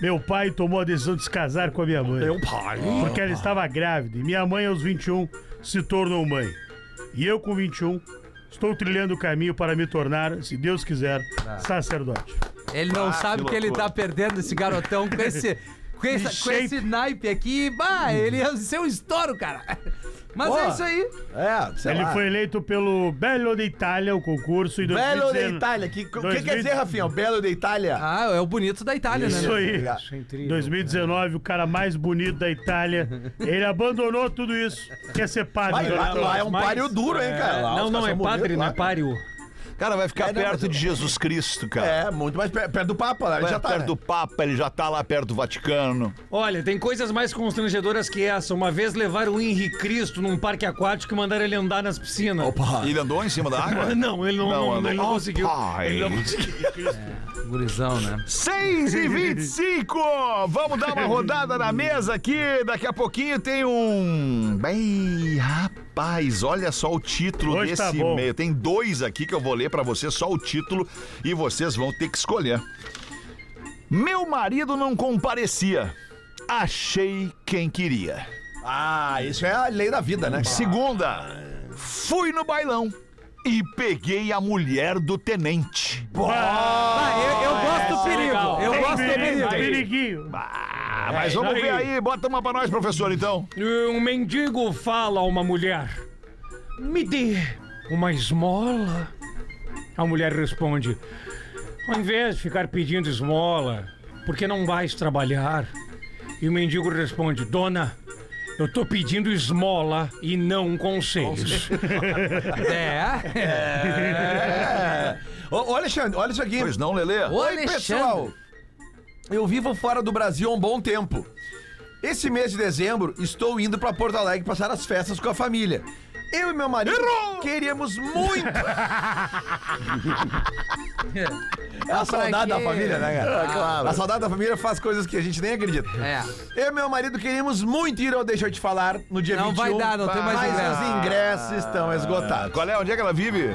S5: Meu pai tomou a decisão de se casar com a minha mãe. Meu pai. Porque ela estava grávida. E minha mãe, aos 21, se tornou mãe. E eu, com 21, estou trilhando o caminho para me tornar, se Deus quiser, sacerdote.
S7: Ele não sabe que,
S4: que
S7: ele
S4: loucura.
S7: tá perdendo esse garotão com esse. Com, essa- com
S5: shape.
S7: esse naipe aqui, bah, ele ia ser um estouro, cara. Mas é
S6: Boa.
S7: isso aí.
S6: É, sei
S5: Ele
S6: lá.
S5: foi eleito pelo Belo de Itália, o concurso, em
S6: Belo de
S5: 2019.
S6: Itália. O que, que
S5: 2000.
S6: quer dizer, Rafinha? O Belo de Itália?
S7: Ah, é o bonito da Itália,
S5: Isso
S7: né?
S5: aí.
S8: Achei é incrível.
S5: 2019, o cara mais bonito da Itália. Ele abandonou tudo isso. Quer ser padre.
S6: Vai, lá,
S5: garotão.
S6: lá é um
S8: Mas-
S6: páreo duro, hein, cara? Lá
S8: não,
S6: os
S8: não,
S6: caras
S8: é
S6: são bonitos
S8: padre,
S6: lá,
S8: não é páreo.
S4: Cara, vai ficar
S6: É, não,
S4: perto
S6: mas eu-
S4: de Jesus Cristo, cara.
S6: É, muito mais per- perto do Papa, lá. Ele
S4: Vai
S6: já tá.
S4: perto
S6: né?
S4: do Papa, ele já tá lá perto do Vaticano.
S8: Olha, tem coisas mais constrangedoras que essa. Uma vez levaram o Henri Cristo num parque aquático e mandaram ele andar nas piscinas. Ah,
S4: E Ele andou em cima da água?
S8: Não, ele não, não,
S4: andou.
S8: ele não
S4: Oh,
S8: conseguiu.
S4: pai.
S8: Ele não conseguiu.
S7: Gurizão, né?
S4: 6 e 25! Vamos dar uma rodada na mesa aqui. Daqui a pouquinho tem um. Bem, rapaz, olha só o título
S5: Hoje tá
S4: desse
S5: bom.
S4: e-mail. Tem dois aqui que eu vou ler pra vocês, só o título, e vocês vão ter que escolher. Meu marido não comparecia. Achei quem queria.
S6: Ah, isso é a lei da vida, né? cara?
S4: Segunda, fui no bailão e peguei a mulher do tenente.
S7: Ah, eu, eu gosto do perigo. Eu
S5: Tem
S7: gosto do
S5: perigo,
S7: perigo.
S5: Periguinho.
S4: Ah, mas
S8: É,
S4: vamos
S8: isso
S4: ver
S8: aí.
S4: aí. Bota uma pra nós, professor, então.
S8: Um mendigo fala a uma mulher: Me dê uma esmola. A mulher responde: Ao invés de ficar pedindo esmola, por que não vais trabalhar? E o mendigo responde: Dona, eu tô pedindo esmola e não conselhos.
S7: É.
S6: Ô, ô, Alexandre, olha isso aqui.
S4: Pois não, Lelê?
S7: Ô,
S6: Oi,
S7: Alexandre.
S6: pessoal. Eu vivo fora do Brasil há um bom tempo. Esse mês de dezembro, estou indo para Porto Alegre passar as festas com a família. Eu e meu marido queríamos muito. É a saudade
S7: pra
S6: da
S7: quê?
S6: família, né, cara?
S7: Ah,
S6: claro. A saudade da família faz coisas que a gente nem acredita.
S7: É.
S6: Eu e meu marido queríamos muito ir ao Deixa Eu Te Falar no dia
S7: Não
S6: 21.
S7: vai dar, não tem mais
S6: mas
S7: ingresso. Ah.
S6: os ingressos estão esgotados.
S4: Qual é? Onde é que ela vive?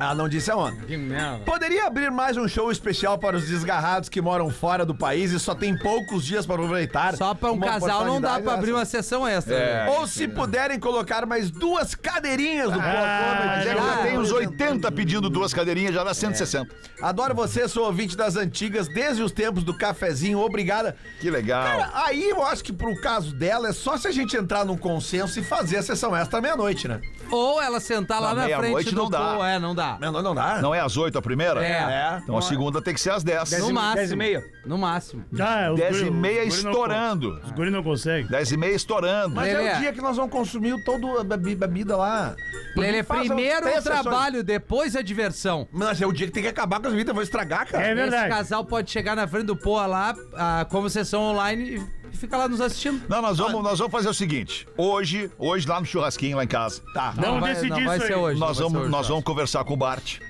S6: Ah, não disse aonde.
S8: que merda.
S6: Poderia abrir mais um show especial para os desgarrados que moram fora do país e só tem poucos dias para aproveitar.
S7: Só pra um
S6: Uma
S7: casal não dá
S6: oportunidade
S7: pra abrir uma
S6: dessa.
S7: sessão extra.
S4: É.
S7: né?
S6: Ou se puderem colocar mais duas cadeirinhas do
S5: Ah,
S6: Boa
S4: Mas
S6: Comedy.
S4: é que já
S7: já
S4: tem uns 80 pedindo duas cadeirinhas, já dá 160.
S6: Adoro você, sou ouvinte das antigas, desde os tempos do cafezinho, obrigada.
S4: Que legal.
S6: Cara, aí eu acho que pro caso dela é só se a gente entrar num consenso e fazer a sessão extra à meia-noite, né?
S7: Ou ela sentar lá
S4: Na
S7: na
S4: meia-noite
S7: frente do
S4: não dá.
S7: pô, É, não dá.
S6: Meia-noite não dá.
S4: Não é às 8 a primeira?
S7: É.
S4: Então a segunda tem que ser às 10.
S7: No máximo.
S8: dez e meia.
S7: No máximo.
S5: Ah, os
S4: 10 e
S5: guri-
S4: meia
S5: os guri não
S4: estourando.
S5: con- Os guri não conseguem.
S4: 10 e meia estourando.
S6: Mas é
S7: Lelê.
S6: o dia que nós vamos consumir toda a bebi- bebida lá.
S7: Lelê,
S6: Faz
S7: é primeiro
S6: três
S7: o
S6: sessões.
S7: trabalho, depois a diversão.
S6: Mas é o dia que tem que acabar com as bebidas, eu vou estragar, cara.
S5: É
S7: Esse
S5: verdade.
S7: casal pode chegar na frente do Poa lá, ah, como sessão online, e fica lá nos assistindo.
S4: Não, nós vamos, nós vamos fazer o seguinte. Hoje, hoje lá no churrasquinho, lá em casa,
S6: Tá.
S5: Não
S7: vai,
S5: decidi
S7: não vai
S5: isso
S7: ser
S5: aí.
S7: hoje.
S4: nós,
S7: não vai ser
S4: vamos,
S7: hoje,
S4: nós
S7: eu
S4: vamos conversar com o Bart.
S7: acho.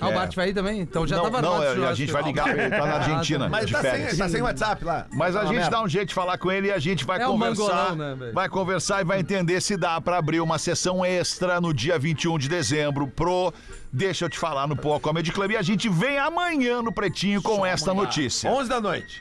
S7: Ah, o Bart vai aí também? Então já
S4: não,
S7: tava
S4: não,
S7: armado
S4: é,
S7: esse
S4: a
S7: churrasco.
S4: gente vai ligar, ele
S7: Ah,
S4: tá na
S7: É
S4: Argentina,
S6: Mas
S4: de
S6: tá sem,
S4: férias.
S6: tá sem WhatsApp lá.
S4: Mas a
S6: Tá
S4: gente
S6: merda.
S4: dá um jeito de falar com ele e a gente vai
S7: É um
S4: conversar.
S7: mangolão, né, velho?
S4: vai conversar e vai entender se dá pra abrir uma sessão extra no dia 21 de dezembro pro Deixa eu te falar no Pó Comedy Club. E a gente vem amanhã no Pretinho com esta notícia.
S6: 11 da noite.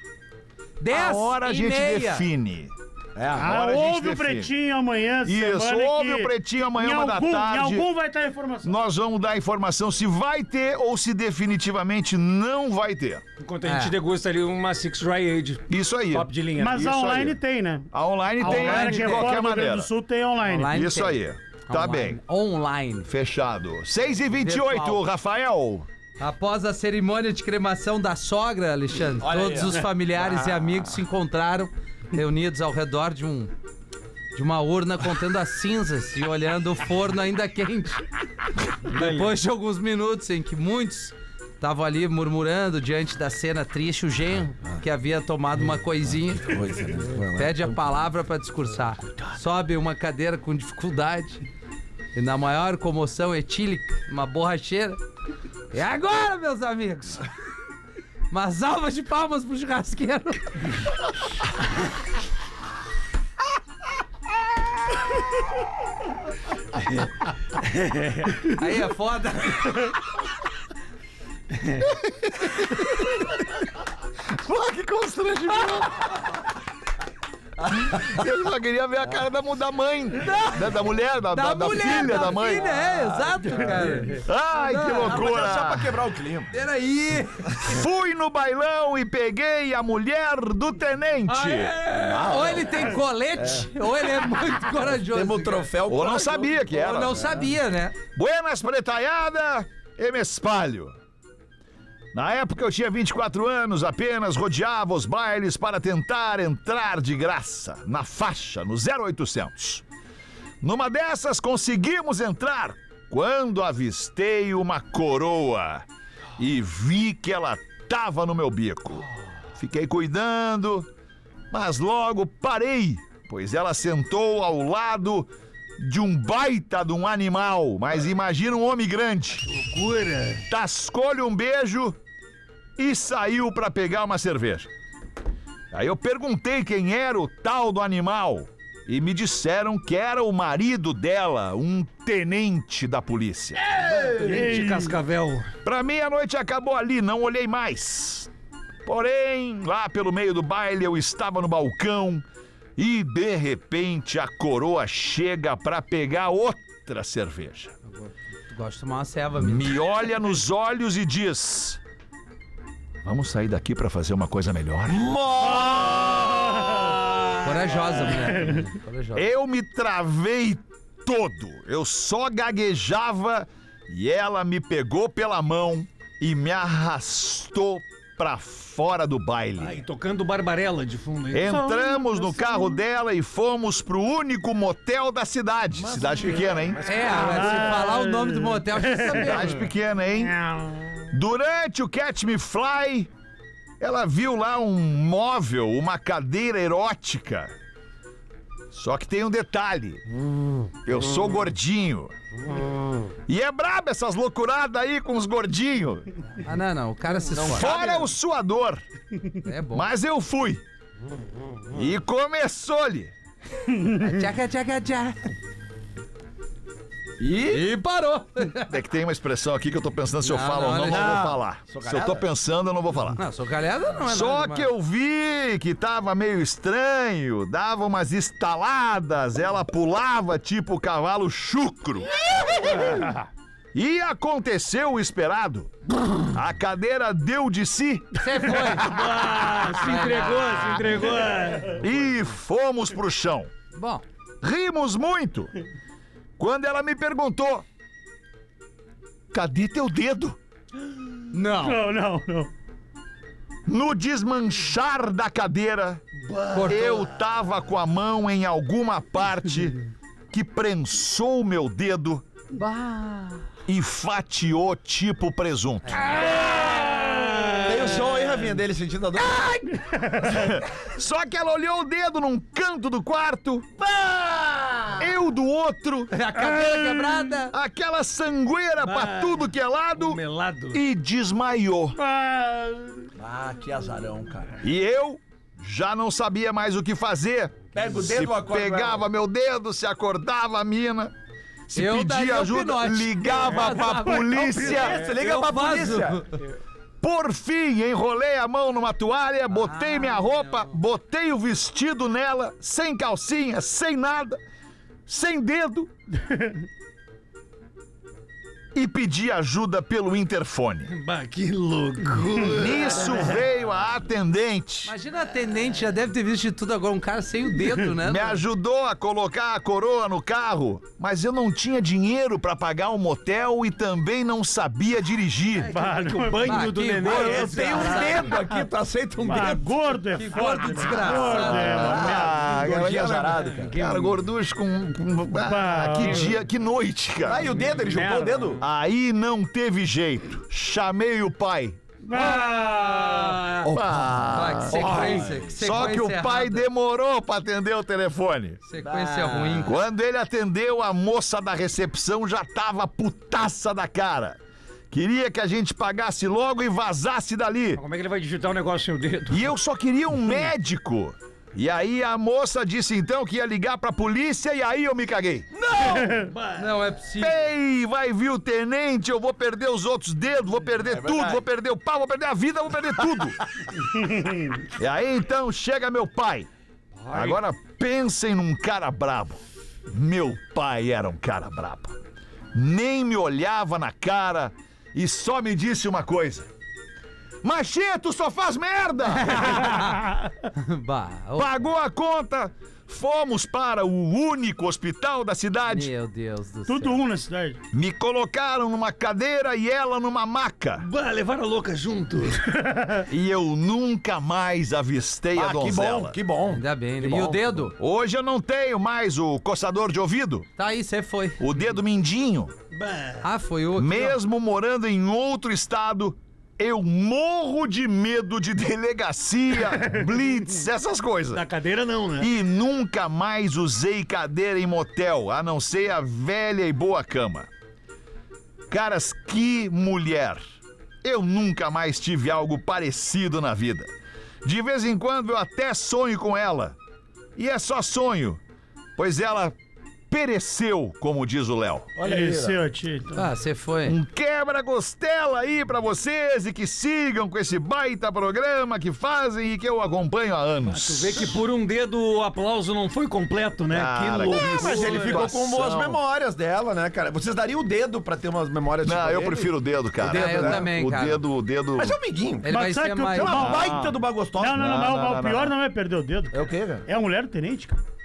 S7: 10
S4: A hora a
S7: é? e
S4: gente
S7: meia.
S4: define.
S6: É.
S5: Ah,
S4: Agora a gente
S5: ouve o
S4: define.
S5: Pretinho amanhã,
S4: Isso,
S5: semana
S4: ouve
S5: que-
S4: o Pretinho amanhã,
S5: em
S4: uma da
S5: algum,
S4: tarde.
S5: Em algum vai estar a informação.
S4: Nós vamos dar a informação se vai ter ou se definitivamente não vai ter.
S8: Enquanto a gente
S7: É.
S8: degusta ali uma Six Dry Age.
S4: Isso aí.
S8: Top de linha.
S5: Mas
S4: Isso
S5: a
S4: aí.
S5: online tem, né?
S4: A online
S5: A
S4: tem
S5: online
S4: de
S5: que é fora do
S4: qualquer
S5: Rio Grande
S4: maneira.
S5: do Sul tem online.
S7: Online
S4: Isso
S7: tem.
S4: aí. Tá
S7: Online.
S4: bem.
S7: Online.
S4: Fechado. 6 e 28
S7: Pessoal.
S4: Rafael.
S7: Após a cerimônia de cremação da sogra, Alexandre, todos os familiares e amigos se encontraram reunidos ao redor de um de uma urna contendo as cinzas e olhando o forno ainda quente. Depois de alguns minutos em que muitos estavam ali murmurando diante da cena triste, o genro, que havia tomado uma coisinha, pede a palavra para discursar. Sobe uma cadeira com dificuldade e na maior comoção etílica, uma borracheira. E É agora, meus amigos? Uma salva de palmas pro churrasqueiro. Aí é foda.
S4: Eu só queria ver a cara da, mu- da mãe. Da, da mulher, da, da- da filha, da, mãe. Ah,
S7: filha, é, exato, cara.
S4: Ai, que
S6: É só pra
S4: loucura!
S6: quebrar o clima.
S7: Peraí.
S4: Fui no bailão e peguei a mulher do tenente.
S7: ou ele tem colete, ou ele é muito corajoso.
S4: um
S6: Temos o
S7: cara.
S6: troféu.
S4: Ou não sabia que
S7: Ou
S4: era.
S7: não sabia, né?
S4: Buenas, pretaiada, e me espalho. Na época eu tinha 24 anos, apenas rodeava os bailes para tentar entrar de graça, na faixa, no 0800. Numa dessas conseguimos entrar, quando avistei uma coroa e vi que ela tava no meu bico. Fiquei cuidando, mas logo parei, pois ela sentou ao lado de um baita de um animal. Mas imagina um homem grande. Loucura! Tascou-lhe um beijo e saiu para pegar uma cerveja. Aí eu perguntei quem era o tal do animal e me disseram que era o marido dela, um tenente da polícia.
S8: Gente, Cascavel.
S4: Pra mim a noite acabou ali, não olhei mais. Porém, lá pelo meio do baile eu estava no balcão e de repente a coroa chega pra pegar outra cerveja.
S7: Tu gosta de tomar uma ceva, amigo.
S4: Me olha nos olhos e diz: Vamos sair daqui pra fazer uma coisa melhor.
S6: Mó!
S7: Corajosa, mulher.
S4: É.
S7: Corajosa.
S4: Eu me travei todo. Eu só gaguejava e ela me pegou pela mão e me arrastou pra fora do baile.
S8: Ai, tocando Barbarella de fundo. aí.
S4: Entramos no carro dela e fomos pro único motel da cidade. Cidade pequena, hein?
S7: É, agora, se falar o nome do motel, já
S4: Cidade
S7: sabemos.
S4: pequena, hein? Durante o Catch Me Fly, ela viu lá um móvel, uma cadeira erótica. Só que tem um detalhe. Eu sou gordinho. E é brabo essas loucuradas aí com os gordinhos.
S7: Ah, não, não. O cara se esforça.
S4: Fora o suador.
S7: É bom.
S4: Mas eu fui. E começou-lhe.
S7: Tchaca, tchaca, tchaca.
S6: E...
S7: Parou.
S4: É que tem uma expressão aqui que eu tô pensando se eu
S7: Não,
S4: falo ou
S7: não,
S4: não, eu
S7: Alexandre.
S4: não vou falar. Se eu tô pensando, eu não vou falar.
S7: Não, sou galhada não é
S4: Só
S7: nada,
S4: que
S7: mas-
S4: eu vi que tava meio estranho, dava umas estaladas, ela pulava tipo cavalo chucro. E aconteceu o esperado. A cadeira deu de si
S7: Você foi.
S8: Ah, se entregou, se entregou.
S4: e fomos pro chão.
S7: bom,
S4: Rimos muito. Quando ela me perguntou: Cadê teu dedo?
S7: não.
S5: Não, não, não.
S4: No desmanchar da cadeira, eu tava com a mão em alguma parte que prensou meu dedo e fatiou tipo presunto.
S6: Tem o som aí, Ravinha, dele sentindo a dor.
S4: Só que ela olhou o dedo num canto do quarto, eu do outro,
S7: A cadeira quebrada.
S4: aquela sangueira pra tudo que é lado
S8: Melado.
S4: e desmaiou.
S6: Ah, que azarão, cara.
S4: E eu já não sabia mais o que fazer.
S6: Pega é o
S4: Se
S6: dedo, acorda.
S4: pegava meu dedo, se acordava a mina, se
S7: Eu daria
S4: pedia
S7: o
S4: ajuda,
S7: pinote.
S4: ligava pra polícia.
S6: liga pra polícia.
S4: Por fim, enrolei a mão numa toalha, botei minha roupa, botei o vestido nela, sem calcinha, sem nada, sem dedo. e pedi ajuda pelo interfone.
S8: Bah, que loucura.
S4: Nisso veio a atendente.
S7: Imagina a atendente, já deve ter visto de tudo agora. Um cara sem o dedo, né?
S4: Me ajudou a colocar a coroa no carro, mas eu não tinha dinheiro pra pagar um motel e também não sabia dirigir.
S5: Bah, não é-
S8: Banho
S7: Ah,
S8: do
S7: que
S8: neném.
S7: gordo,
S8: esse.
S6: Tem um dedo aqui, tu aceita um
S5: Bah,
S6: dedo.
S5: gordo é
S7: Que
S5: foda.
S7: gordo
S5: né?
S7: desgraçado.
S5: Gordo é uma
S4: Ah,
S6: gordinho
S4: cara,
S6: azarado, cara.
S4: Cara, gorducho com. com- ah, que dia, que noite,
S6: Ah,
S4: cara.
S6: e o dedo, ele juntou o dedo?
S4: Aí não teve jeito. Chamei o pai.
S8: Ah,
S7: Ah, que sequência, que sequência
S4: Só que o pai Ah.
S7: errada.
S4: demorou pra atender o telefone.
S7: Sequência ruim.
S4: Quando ele atendeu, a moça da recepção já tava putaça da cara. Queria que a gente pagasse logo e vazasse dali.
S8: como é que ele vai digitar o negócio no dedo?
S4: E eu só queria um médico. E aí a moça disse então que ia ligar pra polícia e aí eu me caguei.
S7: Não é possível.
S4: Ei, vai vir o tenente, eu vou perder os outros dedos, vou
S7: É
S4: perder tudo, vou perder o pau, vou perder a vida, vou perder tudo. e aí então chega meu pai. Agora pensem num cara brabo. Meu pai era um cara brabo. Nem me olhava na cara e só me disse uma coisa. Machê, tu só faz merda!
S7: Bah, ô,
S4: Pagou a conta, fomos para o único hospital da cidade.
S7: meu Deus do
S5: Tudo
S7: céu.
S5: um na cidade.
S4: Me colocaram numa cadeira e ela numa maca.
S8: Bah, levaram a louca junto.
S4: E eu nunca mais avistei a
S6: Ah, que
S4: donzela.
S6: bom, que bom.
S7: Ainda bem, né?
S6: Que
S7: E o
S6: bom.
S7: dedo?
S4: Hoje eu não tenho mais o coçador de ouvido,
S7: Tá aí, você foi.
S4: o dedo mindinho.
S8: Bah.
S7: Ah, foi o.
S4: Mesmo morando em outro estado, eu morro de medo de delegacia, blitz, essas coisas.
S8: Da cadeira não, né?
S4: E nunca mais usei cadeira em motel, a não ser a velha e boa cama. Caras, que mulher! Eu nunca mais tive algo parecido na vida. De vez em quando eu até sonho com ela. E é só sonho, pois ela pereceu, como diz o Léo.
S5: Esse é o título.
S7: Ah, você foi.
S4: Um quebra-costela aí pra vocês e que sigam com esse baita programa que fazem e que eu acompanho há anos.
S8: Tu vê que por um dedo o aplauso não foi completo, né?
S4: Cara,
S8: que
S4: que
S8: louco.
S4: isso.
S6: É, Mas ele
S8: é
S6: ficou com boas
S4: Situação.
S6: memórias dela, né, cara? Vocês dariam o dedo pra ter umas memórias
S4: Não,
S6: tipo
S4: eu
S6: dele?
S4: prefiro o dedo, cara. É,
S6: O dedo,
S7: Ah, eu
S6: né?
S7: também,
S4: o
S7: cara.
S4: dedo, o dedo.
S6: Mas é o amiguinho. É
S7: Ele
S5: Mas
S7: vai
S5: sabe
S7: ser
S5: que eu
S7: mais.
S5: tenho uma-
S6: Baita do bagostosa.
S5: Não, não, não, mas o-
S4: não, não,
S5: mas o
S4: não,
S5: pior
S4: não.
S5: não é perder o dedo.
S6: É o quê, cara?
S5: É um lerdo-tenente, cara.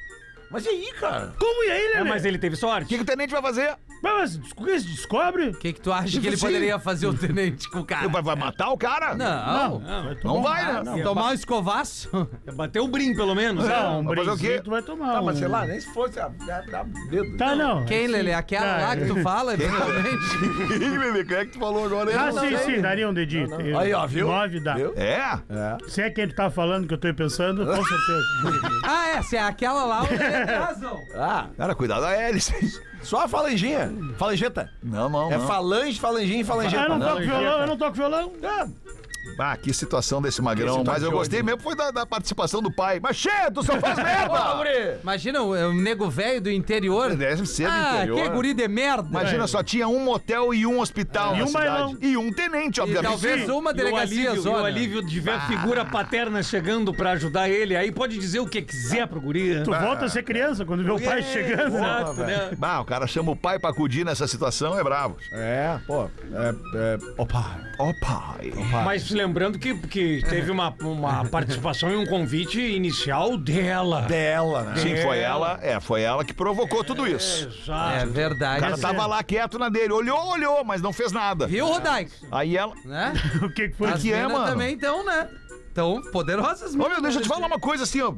S6: Mas e aí, né? cara?
S5: Como e aí, Lelê?
S8: É,
S5: mas,
S8: mas ele teve sorte.
S4: que o tenente vai fazer?
S5: mas desco- se descobre?
S7: O que, que tu acha que ele poderia fazer o tenente com o cara?
S4: Vai, vai matar o cara?
S7: Não.
S5: Vai
S4: Não
S5: tomar
S4: vai, né?
S7: Tomar um escovaço?
S8: Bateu o brim, pelo menos. né?
S5: Não, um
S4: Vai fazer o quê?
S5: brinzinho tu vai tomar.
S6: Ah, mas
S5: um-
S6: sei lá, nem se fosse a, a, a dedo.
S5: Tá, não.
S7: Quem,
S5: assim,
S7: Lelê? Aquela
S5: tá.
S7: lá que tu fala, eventualmente?
S4: Ih, Lelê, quem é que tu falou agora?
S5: Ah,
S4: Eu não
S5: sim,
S4: sei.
S5: sim, daria um dedinho. Eu-
S6: Aí, ó, viu?
S5: Nove dá.
S6: Viu?
S4: É?
S5: Se é quem tu tá falando que eu tô pensando, com certeza.
S7: ah, essa é aquela lá, o Lelê tem razão.
S6: Ah,
S4: Cara, cuidado a hélice.
S6: só a falanginha. Falangeta.
S4: Não, não,
S6: É
S4: não.
S6: falange, falanginha e
S5: Ah,
S6: falangeta.
S5: eu não toco
S6: Não,
S5: violão, eu não toco violão.
S4: Ah, que situação desse magrão.
S6: Esse tá
S4: Mas eu
S6: de
S4: gostei
S6: olho.
S4: mesmo foi da, da participação do pai. Mas cheia, tu só faz merda!
S7: Imagina o um nego velho do interior.
S4: Deve ser do
S7: Ah,
S4: interior.
S7: que guri de merda.
S4: Imagina, só tinha um motel e um hospital
S5: E
S4: na
S5: um
S4: cidade.
S5: bailão.
S4: E um tenente,
S7: E
S4: obviamente.
S7: talvez uma
S8: E o
S7: delegacia né?
S8: alívio, e o
S7: zona.
S8: alívio de ver a figura paterna chegando pra ajudar ele, aí pode dizer o que quiser pro guri. né?
S5: Tu volta a ser criança quando vê o pai chegando. né?
S8: Exato, né?
S4: Bah, o cara chama o pai pra acudir nessa situação, é bravo.
S6: É, pô. É, é, opa.
S4: Ó pai.
S8: Mas lembrando que, que teve uma, uma participação e um convite inicial dela.
S6: Dela, né?
S4: Sim, foi ela, é, foi ela que provocou tudo isso.
S7: É
S8: Exato.
S4: O
S7: verdade.
S4: cara tá- tava lá quieto na dele, olhou, olhou, mas não fez nada.
S7: Viu, Rodaico?
S4: Aí ela.
S7: Né?
S5: O que que foi?
S7: As
S4: que é,
S7: minas
S4: mano?
S7: também então, né? Então, poderosas
S4: Ô meu, deixa eu te falar uma coisa assim, ó.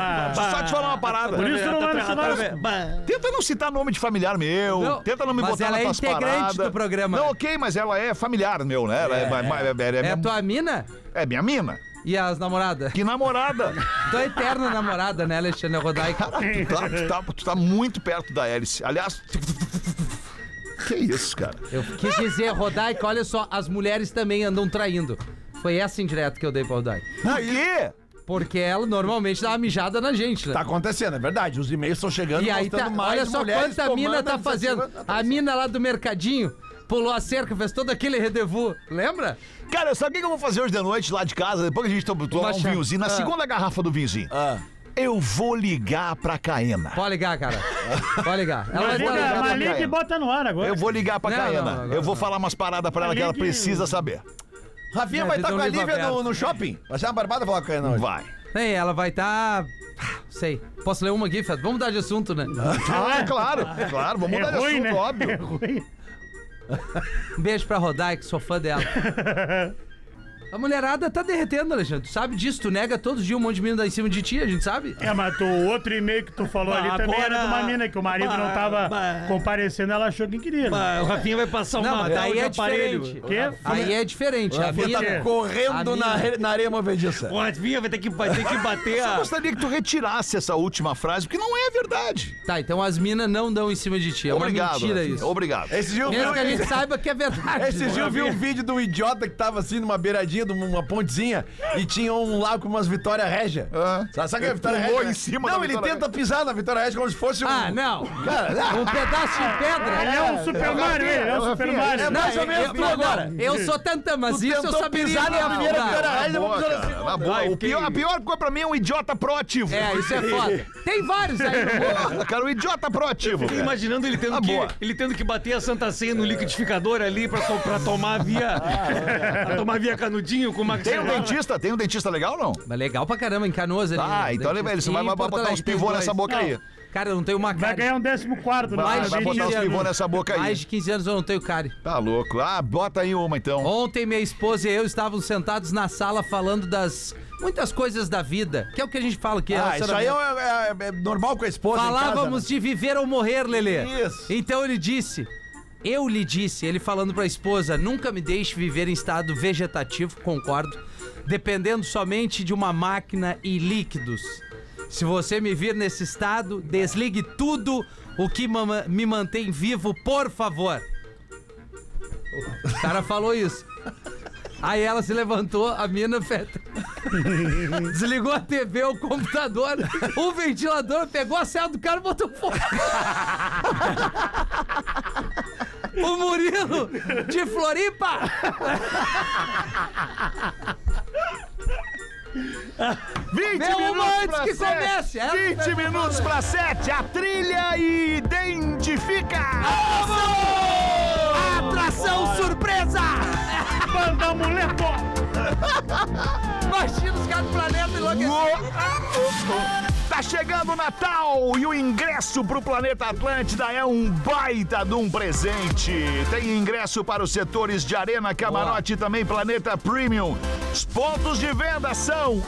S5: Ah,
S4: Só te falar uma
S7: Tá
S4: parada.
S5: Por isso tu não vai mencionar.
S4: Tenta não citar nome de familiar meu.
S7: Não,
S4: tenta não me
S7: mas
S4: botar
S7: ela
S4: na
S7: é
S4: tuas
S7: integrante
S4: paradas.
S7: do programa.
S4: Não, ok, mas ela é familiar meu, né? Ela é, é- é- é- é
S7: É
S4: minha,
S7: tua mina
S4: é minha mina.
S7: e as namoradas?
S4: Que namorada.
S7: Tua eterna namorada, né, Alexandre Rodaico?
S4: tu, tá, tu tá- tu tá muito perto da hélice. Aliás. Que isso, cara?
S7: Eu quis dizer, Rodaico, olha só, as mulheres também andam traindo. Foi essa indireta que eu dei pra Rodaico.
S4: Por quê?
S7: Porque ela normalmente dá uma mijada na gente, né?
S6: Tá acontecendo, é verdade. Os e-mails estão chegando
S7: E aí,
S6: mostrando
S7: tá,
S6: mais
S7: olha só
S6: mulheres
S7: quanta mina
S6: tomando
S7: tá
S6: a
S7: fazendo.
S6: iniciativa.
S7: A mina lá do mercadinho pulou a cerca, fez todo aquele rendezvous. Lembra?
S4: Cara, sabe o que eu vou fazer hoje de noite lá de casa? Depois que a gente to- tomar um
S7: chá.
S4: vinhozinho, na segunda garrafa do vinhozinho,
S6: Ah.
S4: eu vou ligar pra Caena.
S7: Pode ligar, cara. Pode ligar. Ela vai
S5: Mas liga-
S7: ligar.
S5: mas
S4: pra
S5: liga e
S4: Caena.
S5: bota no ar agora.
S4: Eu vou ligar pra
S7: Não,
S4: Caena.
S7: não, não,
S4: eu vou
S7: não.
S4: falar umas paradas pra ela que
S5: Ali
S4: ela
S5: que-
S4: precisa saber.
S6: Rafinha
S7: É,
S6: vai estar
S7: vida
S6: com a
S7: um livro
S6: Lívia no,
S7: aberto.
S6: no shopping. Vai ser uma barbada falar com ela hoje.
S4: Vai.
S7: Ei, ela vai tá. Ah, Sei. Posso ler uma aqui, Fed? Vamos mudar de assunto, né?
S4: Ah, claro, claro. Vamos
S5: É
S4: mudar de
S5: ruim,
S4: assunto,
S5: né?
S4: óbvio.
S5: É ruim.
S7: Um beijo pra Rodaico, sou fã dela. A mulherada tá derretendo, Alexandre. Tu sabe disso, tu nega todos os dias um monte de mina lá em cima de ti, a gente sabe?
S5: É, mas tu- o outro e-mail que tu falou ali também era de uma mina que o marido não
S8: Bah,
S5: tava
S8: bah.
S5: comparecendo, ela achou que queria. né?
S8: Ah, o Rafinha vai passar
S7: Não,
S8: uma
S7: mas
S8: tal
S7: daí
S8: de
S7: é
S8: aparelho.
S7: diferente.
S5: Quê?
S7: Aí é diferente. A
S6: Rafinha
S7: mina-
S6: tá correndo
S7: A
S6: na,
S7: mina-
S6: re- na areia movediça.
S8: O Rafinha vai ter que, vai ter que bater
S4: Eu
S7: Ah.
S8: a...
S4: gostaria que tu retirasse essa última frase, porque não é verdade.
S7: Tá, então as minas não dão em cima de ti. É uma
S4: Obrigado.
S7: mentira
S4: Rafinha,
S7: isso.
S4: Obrigado.
S6: Esse dia eu vi,
S7: Mesmo que a gente
S6: esse,
S7: saiba que é verdade.
S6: esse dia eu vi um vídeo de um idiota que tava assim numa beiradinha, de uma pontezinha, e tinha um lago com umas Vitória Régia.
S4: Ah.
S6: Sabe, sabe que é a
S4: Ele
S6: Vitória
S4: pulou
S6: Régia?
S4: em cima
S6: não,
S4: da
S6: ele
S4: Vitória
S6: tenta pisar na Vitória Régia como se fosse um.
S7: Ah, não.
S6: Cara, ah,
S7: Um pedaço de pedra.
S5: Ele é um Super Mario, ele é um Super Mario.
S7: Não,
S6: mais ou
S7: eu-
S6: menos
S7: eu-
S6: tu
S7: não,
S6: agora.
S7: não, Eu sou tanta, mas isso eu
S6: tentou
S7: saberia
S6: pisar na
S7: me
S6: primeira
S7: afundar.
S6: Vitória Régia, vamos
S4: Boa,
S6: pisar na
S4: cara,
S6: segunda.
S4: na boa.
S8: Vai,
S4: O
S8: fiquei-
S4: pior, a pior coisa pra mim é um idiota proativo.
S7: É, isso é foda. Tem vários aí. no mundo.
S4: Porra, cara, um idiota proativo.
S8: Fiquei
S4: cara.
S8: imaginando ele tendo,
S4: Ah,
S8: que,
S4: boa.
S8: ele tendo que bater a Santa Ceia no liquidificador ali pra, to- pra tomar via.
S4: Ah,
S8: pra tomar via canudinho com uma
S4: é, Tem um dentista? Tem um dentista legal não?
S7: Mas legal pra caramba, em Canoas ali.
S4: Ah,
S7: né?
S4: então ele, ele você
S7: Dentista. é.
S4: vai,
S7: E
S4: vai
S7: em Porto
S4: botar uns
S7: Alegre tem
S4: pivô
S7: dois.
S4: nessa boca aí.
S7: Cara, eu não tenho uma cara.
S5: Vai ganhar um décimo quarto no Vai,
S4: Vai,
S5: ano,
S4: vai botar uns
S5: 20
S4: pivô
S5: anos.
S4: nessa boca aí.
S7: Mais de 15 anos eu não tenho cárie.
S4: Tá louco. Ah, bota aí uma então.
S7: Ontem minha esposa e eu estavam sentados na sala falando das muitas coisas da vida, que é o que a gente fala que é
S6: Ah, isso aí é,
S7: relacionamento.
S6: é- é normal com a esposa. em casa,
S7: Falávamos
S6: né?
S7: de viver ou morrer, Lelê.
S6: Isso.
S7: Então ele disse, eu lhe disse, ele falando pra esposa, nunca me deixe viver em estado vegetativo, concordo, dependendo somente de uma máquina e líquidos. Se você me vir nesse estado, desligue tudo o que mama- me mantém vivo, por favor. O cara falou isso. Aí ela se levantou, a mina feta. Desligou a TV, o computador, o ventilador, pegou a cela do cara e botou fogo. o Murilo de Floripa! Vê
S4: 20
S7: uma
S4: minutos
S7: antes
S4: pra
S7: que
S4: sete.
S7: comece, essa é
S4: 20 minutos pra 7, a trilha identifica!
S7: Atração surpresa!
S5: Banda moleque!
S7: Imagina os caras do planeta enlouquecendo.
S4: Tá chegando o Natal e o ingresso pro Planeta Atlântida é um baita de um presente. Tem ingresso para os setores de Arena, Camarote e também Planeta Premium. Os pontos de venda são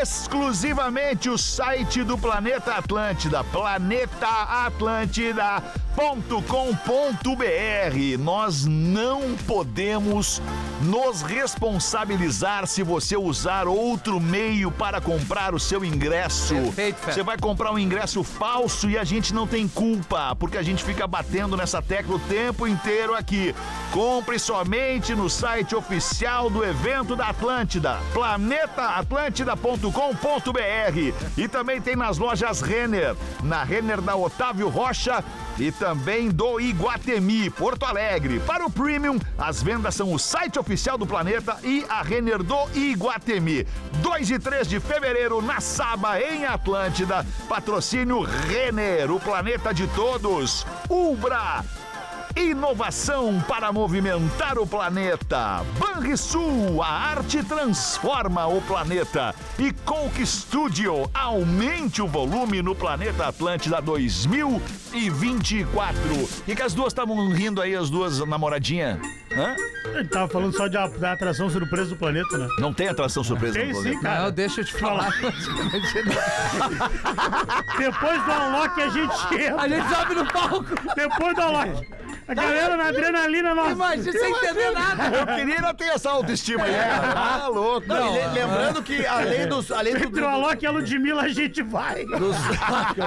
S4: exclusivamente o site do Planeta Atlântida, planetaatlântida.com.br. Nós não podemos nos responsabilizar se você usar outro meio para comprar o seu ingresso.
S7: Perfeito, Fer.
S4: Você vai comprar um ingresso falso e a gente não tem culpa, porque a gente fica batendo nessa tecla o tempo inteiro aqui. Compre somente no site oficial do evento da Atlântida, planetaatlântida.com.br. E também tem nas lojas Renner, na Renner da Otávio Rocha e também do Iguatemi, Porto Alegre. Para o Premium, as vendas são o site oficial do Planeta e a Renner do Iguatemi. 2 e 3 de fevereiro, na Saba, em Atlântida. Patrocínio Renner, o planeta de todos. Ubra. Inovação para movimentar o planeta. Banrisul, a arte transforma o planeta. E Coke Studio, aumente o volume no Planeta Atlântida 2024. O que, que as duas estavam rindo aí, as duas namoradinhas? Hã?
S5: Ele tava falando só de a- da atração surpresa do planeta, né?
S4: Não tem atração surpresa
S5: Tem
S4: no
S5: sim,
S4: planeta.
S7: Não,
S5: cara.
S7: deixa eu te falar.
S5: Depois do Alok a gente
S7: A
S5: entra.
S7: gente sobe no palco.
S5: Depois do Alok. A galera na adrenalina nossa.
S7: Imagina sem entender nada.
S4: Eu queria não ter essa autoestima
S5: É.
S4: aí. cara. Tá louco.
S6: Não, e le- lembrando que além dos. Além do,
S5: Entre o Alok e a Ludmilla a gente vai.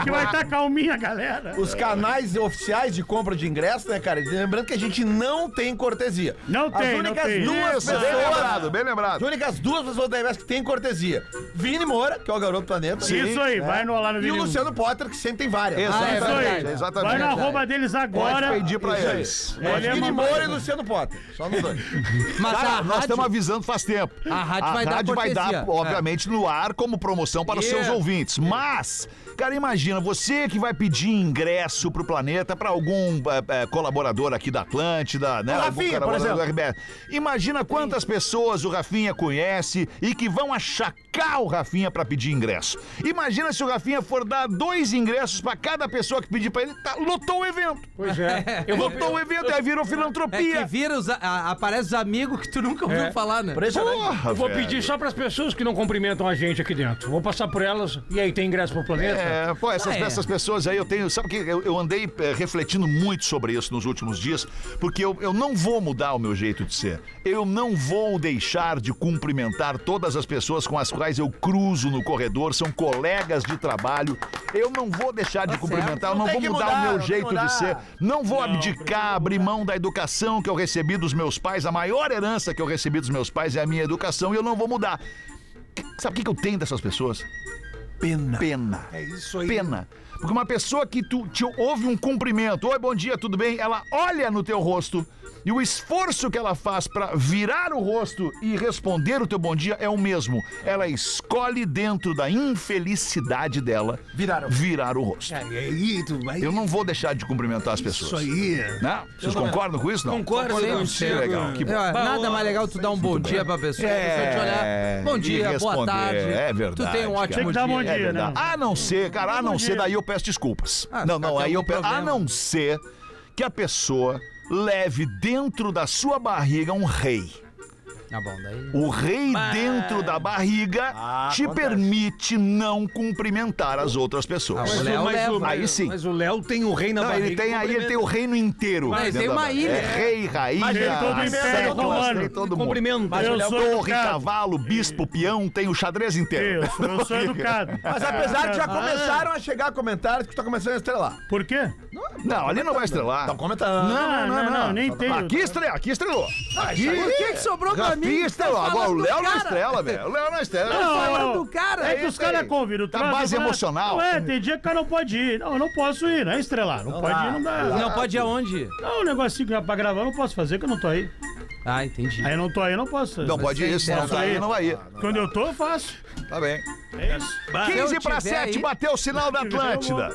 S5: Que vai estar calminha, a galera.
S6: os canais oficiais de compra de ingresso, né, cara? Lembrando que a gente não tem cortesia.
S5: Não tem,
S6: As
S5: não
S6: únicas
S5: tem.
S6: duas
S4: Isso,
S5: é
S4: bem lembrado,
S6: pessoas.
S4: bem
S6: As
S4: lembrado.
S6: únicas duas pessoas da MS que tem cortesia. Vini Moura, que é o garoto do planeta.
S5: Isso aí, vai no lá
S6: E
S5: no
S6: o
S5: vídeo.
S6: Luciano Potter, que sempre tem várias.
S7: é
S5: Ah, Isso
S7: verdade.
S5: aí. Vai no arroba deles agora.
S4: né? Pode pedir pra eles.
S5: É, ele é
S6: Vini
S5: uma-
S6: Moura e Luciano Potter. Só nos dois.
S7: Mas
S4: Cara,
S7: a
S4: nós
S7: rádio-
S4: estamos avisando faz tempo.
S7: A rádio vai dar
S4: vai
S7: cortesia.
S4: dar, obviamente, no ar como promoção para os
S7: Yeah.
S4: seus ouvintes. Mas, cara, imagina, você que vai pedir ingresso pro planeta para algum eh, eh, colaborador aqui da Atlântida, né?
S6: O
S4: algum
S6: Rafinha, por
S4: colaborador
S6: exemplo.
S4: do RBS. Imagina quantas pessoas o Rafinha conhece e que vão achacar o Rafinha para pedir ingresso. Imagina se o Rafinha for dar dois ingressos para cada pessoa que pedir para ele, tá, lotou o evento.
S8: Pois é. Eu vou,
S4: Lotou o evento, aí virou
S7: É que
S8: né?
S4: filantropia.
S7: vira os, a- aparece os amigos que tu nunca ouviu falar, né?
S4: Porra,
S8: vou
S4: velho.
S8: pedir só pras pessoas que não cumprimentam a gente aqui dentro. Vou passar por elas. E aí, tem ingresso pro planeta?
S4: É, pô, essas,
S7: Ah, é.
S4: essas pessoas aí, eu tenho. Sabe que eu, eu andei eh, refletindo muito sobre isso nos últimos dias, porque eu, eu não vou mudar o meu jeito de ser. Eu não vou deixar de cumprimentar todas as pessoas com as quais eu cruzo no corredor, são colegas de trabalho. Eu não vou deixar de cumprimentar, eu não
S6: Tá Tem
S4: vou
S6: que
S4: mudar,
S6: mudar,
S4: o meu
S6: tem que
S4: jeito de
S6: mudar.
S4: ser. Não vou abdicar, abrir mão da educação que eu recebi dos meus pais. A maior herança que eu recebi dos meus pais é a minha educação e eu não vou mudar. Sabe o que que eu tenho dessas pessoas? Pena. Pena. É isso aí. Pena. Porque uma pessoa que tu te ouve um cumprimento, oi, bom dia, tudo bem, ela olha no teu rosto e o esforço que ela faz pra virar o rosto e responder o teu bom dia é o mesmo. Ela escolhe dentro da infelicidade dela
S6: Virar o-
S4: virar o rosto.
S2: E aí, tu vai.
S4: Eu não vou deixar de cumprimentar as pessoas.
S2: Isso aí.
S4: Né? Vocês concordam com isso? Não?
S8: Concordo,
S7: Sim,
S8: contigo.
S7: sim.
S4: legal, que bom.
S7: É, nada
S8: Bah,
S7: mais legal tu dar um bom dia pra pessoa.
S4: É,
S7: É, te olhar. Bom
S4: e
S7: dia, boa
S4: responder,
S7: tarde.
S4: é verdade,
S7: Tu tem um
S4: cara.
S5: Tem
S7: ótimo
S5: que dar bom
S7: dia.
S5: dia, né?
S4: É verdade. A não ser, cara, a não
S5: Bom
S4: ser,
S5: dia.
S4: daí eu peço desculpas.
S7: Ah,
S4: não,
S7: se
S4: não,
S7: cara
S4: aí
S7: tem
S4: eu
S7: algum
S4: peço. A
S7: problema.
S4: não ser que a pessoa leve dentro da sua barriga um rei.
S7: Tá bom, daí.
S4: O rei dentro da barriga te permite não cumprimentar as outras pessoas.
S7: Ah,
S8: Mas,
S7: Léo
S8: o, mas, o,
S7: leva.
S4: Aí sim.
S8: mas o Léo tem o rei na
S4: Não,
S8: barriga.
S4: ele tem
S8: que
S4: aí, ele tem
S8: cumprimenta.
S4: o reino inteiro.
S7: Mas
S4: dentro
S7: tem
S4: da
S7: uma
S4: barriga.
S7: ilha.
S4: É rei, rainha,
S5: Mas tem todo o Império
S4: séculos,
S5: Romano.
S4: tem todo mundo.
S8: Cumprimento.
S4: Mas
S5: Eu
S4: olha,
S5: sou
S4: torre,
S5: educado.
S4: cavalo, bispo, peão, tem o xadrez inteiro.
S5: Isso, eu sou educado.
S6: Mas apesar de já começaram a chegar comentários que tu tá começando a estrelar.
S5: Por quê? Ah,
S6: Não,
S4: Não, ali não vai estrelar.
S6: Estão comentando.
S5: Não, não, não, nem tem.
S4: Aqui estrela, aqui estrelou. Aqui,
S7: O que, que sobrou Ah, pra mim?
S4: Rafinha estrelou.
S7: Tá
S4: Agora o
S7: falando
S4: Léo não
S7: cara.
S4: estrela, velho. O Léo não estrela.
S5: Não,
S7: falando do cara,
S5: É
S7: é
S5: que os
S4: isso aí.
S5: caras convidam.
S4: Tá
S5: traz,
S4: base
S5: traz.
S4: emocional.
S5: Não é, tem dia que o cara não pode ir. Não, eu não posso ir, não é estrelar. Não, pode ir, não dá.
S7: Não pode ir aonde?
S5: Não, o negocinho que é pra gravar eu não posso fazer, que eu não tô aí.
S7: Ah, entendi.
S5: Aí eu não tô aí, eu não posso.
S4: Não pode ir, se não
S7: Isso
S4: tá
S5: aí.
S4: aí, não vai ir.
S5: Quando eu tô, eu faço.
S4: Tá bem.
S5: É isso.
S7: eu
S4: 15 para
S7: tiver
S4: 7,
S7: aí-
S4: bateu o sinal da Atlântida.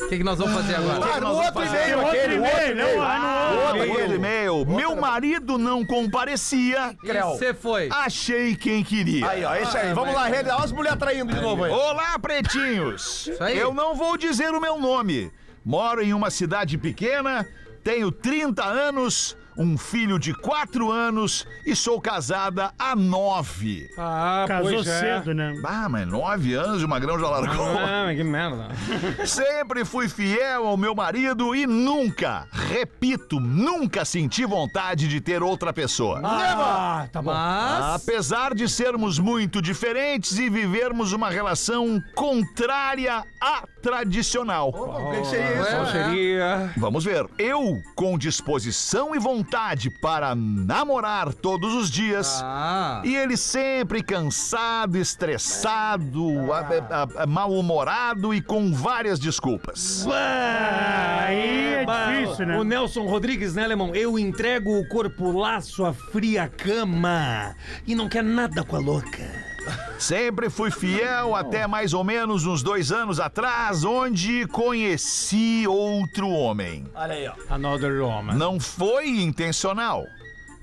S7: O que, que nós vamos fazer agora?
S4: no outro
S5: Tem outro e-mail, né? Vai no
S7: um
S5: outro.
S4: Ah, Outro e-mail. Meu marido não comparecia.
S7: Você foi.
S4: Achei quem queria.
S6: Aí, ó, esse aí. Vamos lá, rede. Olha as mulheres traindo de novo aí.
S4: Olá, pretinhos!
S7: aí.
S4: Eu não vou dizer o meu nome. Moro em uma cidade pequena, tenho 30 anos, um filho de 4 anos e sou casada há 9.
S8: Ah,
S5: Casou
S8: pois é.
S5: cedo, né?
S4: Ah, mas 9 anos e o Magrão já largou.
S8: Ah, mas que merda.
S4: Sempre fui fiel ao meu marido e nunca, repito, nunca senti vontade de ter outra pessoa.
S8: Ah, tá bom.
S7: Mas.
S4: Apesar de sermos muito diferentes e vivermos uma relação contrária à tradicional.
S6: O que que seria isso?
S8: Qual seria?
S4: Vamos ver. Eu, com disposição e vontade para namorar todos os dias.
S7: Ah.
S4: E ele sempre cansado, estressado, a- a- a- mal-humorado e com várias desculpas.
S5: Aí é
S8: Bah,
S5: difícil, né?
S8: Ah, O Nelson Rodrigues, né, alemão? Eu entrego o corpo laço à fria cama e não quer nada com a louca.
S4: Sempre fui fiel até mais ou menos uns dois anos atrás, onde conheci outro homem.
S6: Olha aí, ó.
S8: Another woman.
S4: Não foi intencional.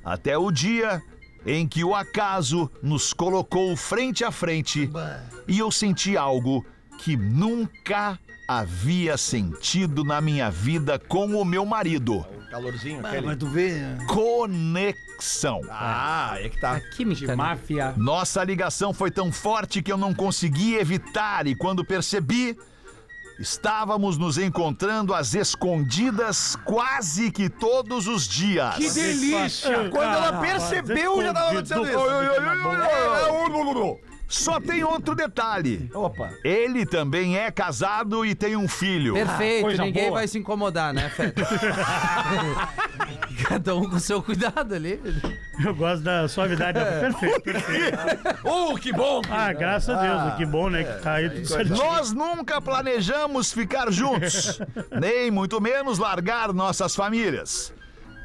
S4: Até o dia em que o acaso nos colocou frente a frente e eu senti algo que nunca havia sentido na minha vida com o meu marido.
S6: Calorzinho
S8: Ah,
S6: aquele.
S8: mas tu vê...
S4: Conexão.
S6: Ah, aí que tá.
S7: A química. né?
S8: Máfia.
S4: Nossa ligação foi tão forte que eu não consegui evitar e quando percebi, estávamos nos encontrando às escondidas quase que todos os dias.
S8: Que delícia!
S6: Quando ela
S5: Caramba,
S6: percebeu, já tava acontecendo isso.
S5: escondido.
S4: Só tem outro detalhe.
S6: Opa.
S4: Ele também é casado e tem um filho.
S7: Perfeito,
S8: coisa
S7: ninguém
S8: boa.
S7: vai se incomodar, né, Fé? Cada um com seu cuidado ali.
S5: Eu gosto da suavidade. Perfeito, perfeito.
S6: Oh, que bom!
S5: Ah, graças a Deus. Que bom, né? Que tá aí tudo certinho.
S4: Nós nunca planejamos ficar juntos, nem muito menos largar nossas famílias.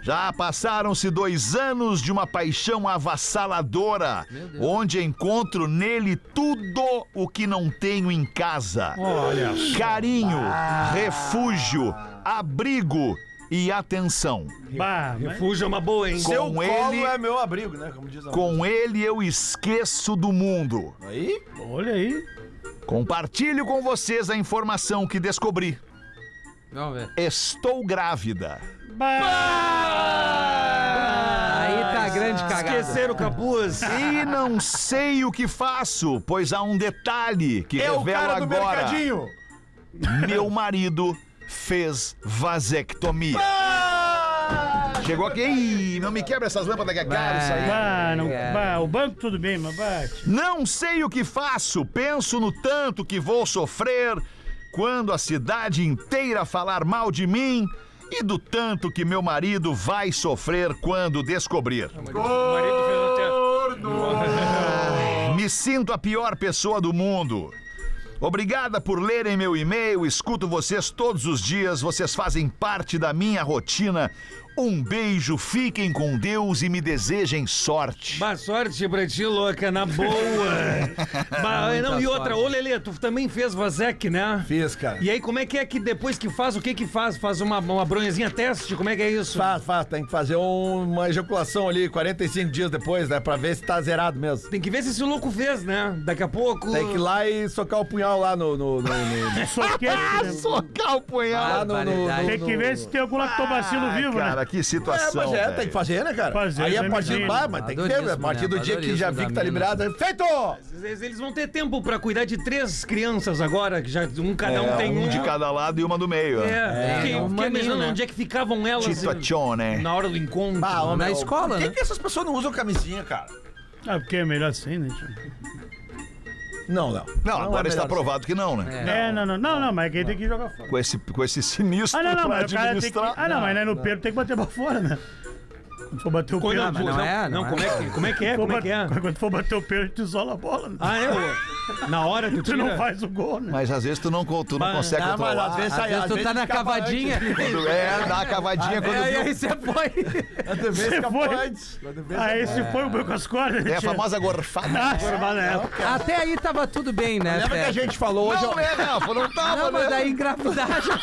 S4: Já passaram-se dois anos de uma paixão avassaladora, onde encontro nele tudo o que não tenho em casa:
S8: Olha,
S4: carinho, refúgio, abrigo e atenção.
S5: Bah, mas-
S8: refúgio é uma boa, hein?
S4: Com
S6: Seu colo
S4: ele-
S6: é meu abrigo, né? Como diz a
S4: Com ele eu esqueço do mundo.
S6: Aí?
S5: olha aí.
S4: Compartilho com vocês a informação que descobri.
S7: Vamos ver.
S4: Estou grávida.
S7: Aí tá a grande cagada.
S8: Esqueceram o capuz.
S4: E não sei o que faço, pois há um detalhe que
S6: É o
S4: revela
S6: cara do
S4: agora.
S6: mercadinho!
S4: Meu marido fez vasectomia.
S6: Ah!
S4: Chegou aqui. Ih, não me quebra essas lâmpadas que é caro isso aí.
S5: Bah, não,
S7: É.
S5: bah, o banco tudo bem, mas bate.
S4: Não sei o que faço, penso no tanto que vou sofrer quando a cidade inteira falar mal de mim e do tanto que meu marido vai sofrer quando descobrir. Me sinto a pior pessoa do mundo. Obrigada por lerem meu e-mail, escuto vocês todos os dias, vocês fazem parte da minha rotina. Um beijo, fiquem com Deus e me desejem sorte.
S8: Boa sorte pra ti, louca, na boa. bah, não, e outra, ô Lelê, tu também fez Vazek, né?
S6: Fiz, cara.
S8: E aí, como é que é que depois que faz, o que que faz? Faz uma, uma bronhazinha teste? Como é que é isso?
S6: Faz, faz, tem que fazer um- uma ejaculação ali 45 dias depois, né? Pra ver se tá zerado mesmo.
S8: Tem que ver se esse louco fez, né? Daqui a pouco.
S6: Tem que ir lá e socar o punhal lá no. no, no, no- no-
S5: Soquete, né?
S4: Socar o punhal.
S6: lá no- no- no-
S5: Tem que ver se tem algum lactobacilo
S4: Ah,
S5: vivo,
S4: cara,
S5: né?
S4: que
S6: É,
S4: situação.
S6: mas é,
S4: velho.
S6: tem que fazer, né, cara?
S5: Fazer,
S6: aí a
S5: né,
S6: partir do
S5: menino?
S6: bar, mas tem que ter, né? A partir do
S7: Adorismo,
S6: dia que
S7: né? Tá
S6: já vi que tá
S7: Adorismo da
S6: liberado, é feito!
S8: Eles vão ter tempo pra cuidar de três crianças agora, que já um cada um tem
S4: Um
S8: um.
S4: de cada lado e uma do meio.
S8: É,
S4: É.
S8: fiquei,
S7: é um
S8: fiquei imaginando
S7: maninho, né?
S8: onde é que ficavam elas
S4: Situazione.
S8: na hora do encontro.
S6: Ah, homem,
S7: Na
S6: eu-
S7: escola,
S6: Por que,
S7: né?
S6: que essas pessoas não usam camisinha, cara?
S5: Ah, porque é melhor assim, né? tio?
S6: Não, não.
S4: Não, agora
S6: é
S4: está
S6: melhor
S4: provado que não, né?
S5: É, não, não, não, não, mas quem tem que jogar fora.
S4: Com esse, com esse sinistro
S5: É. Ah, não, não,
S4: pra
S5: mas o cara tem que.
S4: administrar.
S5: Ah, não, mas né, no pênalti tem que bater pra fora, né? Quando for bater o
S8: Quando-
S5: pênalti.
S7: não é, não
S8: não, como é que, como é que é?
S5: for
S8: Como é
S5: bate-
S8: que é?
S5: Quando for bater o pênalti, tu isola a bola. Né?
S8: Ah, é? ô. Na hora tu
S5: tu
S8: tira.
S5: não faz o gol, né?
S4: Mas às vezes tu não, con- tu não consegue
S6: Não, mas às
S4: controlar.
S6: vezes,
S7: Às
S6: sai-
S7: vezes
S6: É às
S7: tu tá
S6: vezes
S7: na
S6: escapa
S7: cavadinha.
S4: Quando- É, dá a cavadinha quando
S7: É, e
S4: viu.
S7: aí você foi.
S6: antes. Às vezes
S5: Você
S6: escapa
S5: foi?
S6: antes. Às
S7: É
S6: vezes escapa
S5: Ah, esse foi o meu com as cordas.
S4: É a
S5: tia.
S4: famosa né? gorfada.
S5: Ah,
S7: Até aí tava tudo bem, né,
S6: Lembra que a
S7: Fé?
S6: gente falou hoje?
S4: Não, né, Rafa? Não tava,
S7: Não, tá mas
S4: né?
S7: daí engravidar já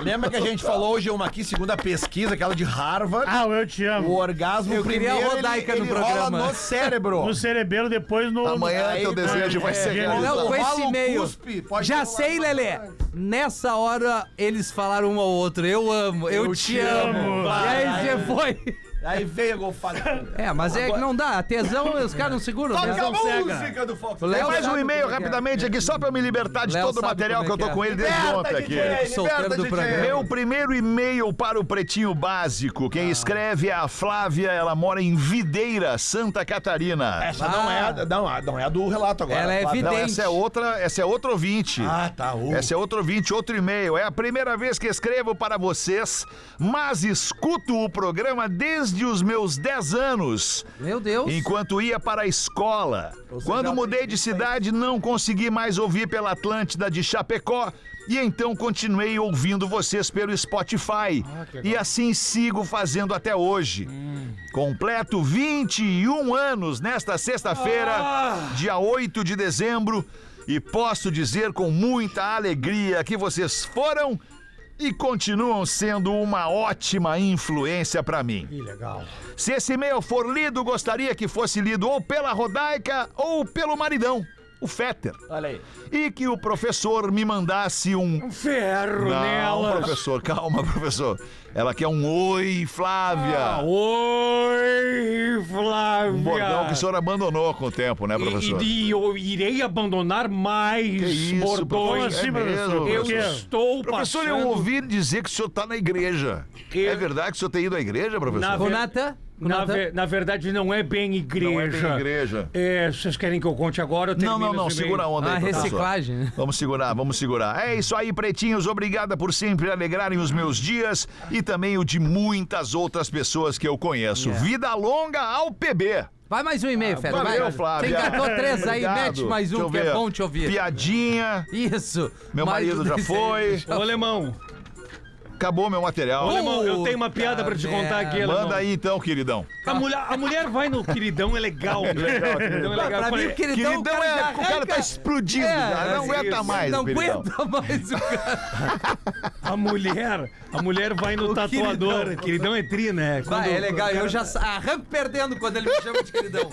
S6: Lembra que a gente falou hoje uma aqui, segundo a pesquisa, aquela de Harvard?
S5: ah, eu te
S6: O
S5: amo.
S6: orgasmo
S7: Eu queria
S6: primeiro,
S7: a Rodaica
S6: ele,
S7: no
S6: ele rola
S7: programa.
S6: no cérebro. É
S5: No cerebelo, depois no.
S4: Amanhã teu desejo vai ser
S5: é,
S4: realizado.
S7: Não, com esse
S6: Rola um
S7: e-mail.
S6: cuspe, pode
S7: Já
S6: rolar
S7: sei,
S6: uma
S7: Lelê. Nessa hora eles falaram um ao outro. Eu amo, eu, te amo.
S5: amo.
S7: E aí você
S6: Vai.
S7: foi.
S6: Aí veio a golfada.
S7: É, mas é que não dá. A tesão, os caras não seguram. né?
S6: Toca a
S5: cega.
S6: música do Fox.
S7: O Léo
S4: Tem mais um
S7: sabe
S4: e-mail
S7: como é que é.
S4: rapidamente aqui, só pra eu me libertar de
S7: Léo
S4: todo o
S7: sabe
S4: material que
S7: como
S4: eu
S7: é
S4: tô
S7: que é.
S4: com ele desde ontem aqui.
S6: é
S7: Solteiro do programa.
S4: Meu primeiro e-mail para o Pretinho Básico. Quem escreve é a Flávia, ela mora em Videira, Santa Catarina.
S6: Essa não é, a, não, a- não é a do relato agora.
S7: Ela é
S6: Flávio.
S4: Não,
S7: vidente.
S4: essa é outra, essa é outro ouvinte.
S6: Ah, tá. o-
S4: Essa é outro ouvinte, outro e-mail. É a primeira vez que escrevo para vocês, mas escuto o programa desde os meus 10 anos.
S7: Meu Deus.
S4: Enquanto ia para a escola. Quando mudei de cidade, não consegui mais ouvir pela Atlântida de Chapecó. E então continuei ouvindo vocês pelo Spotify. e assim sigo fazendo até hoje. Completo 21 anos nesta sexta-feira, dia 8 de dezembro. E posso dizer com muita alegria que vocês foram e continuam sendo uma ótima influência para mim. Se esse e-mail for lido, gostaria que fosse lido ou pela Rodaica ou pelo maridão, o Fetter.
S6: Olha aí.
S4: E que o professor me mandasse um.
S8: Ferro
S4: Não,
S8: nela.
S4: professor, calma, professor. Ela quer um oi,
S8: Ah,
S4: Flávia.
S8: Oi,
S4: um bordão que
S8: Flávia.
S4: o senhor abandonou com o tempo, né, professor?
S8: E, e- e eu irei abandonar mais
S4: Que isso,
S8: bordões.
S4: professor? É
S5: Sim, professor,
S4: mesmo,
S8: Eu
S5: Por quê?
S4: professor.
S8: estou
S4: Professor,
S8: passando...
S4: eu ouvi dizer que o senhor está na igreja.
S8: Eu-
S4: É verdade que o senhor tem ido à igreja, professor?
S8: Na ver-
S7: Conata?
S8: Na,
S7: Conata?
S8: ver- na verdade, não é bem igreja.
S4: Não é bem igreja.
S8: É, vocês querem que eu conte agora? Eu
S4: Não, não,
S8: termino
S4: não,
S8: esse e-mail?
S4: segura a onda
S7: Ah,
S4: aí, professor.
S7: reciclagem, né?
S4: Vamos segurar, vamos segurar. É isso aí, pretinhos. Obrigada por sempre alegrarem os meus dias e também o de muitas outras pessoas que eu conheço.
S7: É.
S4: Vida longa ao PB.
S7: Vai mais um e-mail, Fé. Vai.
S4: Valeu, Flávia.
S7: Você engatou três aí,
S4: Obrigado.
S7: mete mais
S4: Deixa
S7: um,
S4: eu
S7: que é
S4: ver.
S7: bom te ouvir.
S4: Piadinha.
S7: Isso.
S4: Meu
S7: Mais
S4: marido
S7: um
S4: já
S7: desenho.
S4: foi.
S8: Ô, alemão,
S4: Acabou meu material.
S8: ô, alemão, eu
S7: Puta
S8: tenho uma piada pra te
S7: merda.
S8: contar aqui, alemão.
S4: Manda aí então, queridão.
S8: A mulher, a mulher vai no queridão, é legal. né?
S4: Legal,
S8: Queridão é
S7: Ah,
S8: legal.
S7: Pra mim, o queridão, o cara
S4: é.
S7: já
S4: o cara tá
S7: arranca-
S4: explodindo.
S7: É,
S4: já. Não
S7: é
S4: aguenta
S7: isso.
S4: mais.
S7: Não
S4: o queridão.
S7: aguenta mais o cara.
S8: A mulher, a mulher vai no tatuador. Queridão. é tri, né? Quando
S7: Vai, é legal.
S8: o cara-
S7: Eu já sa- arranco perdendo quando ele me chama de queridão.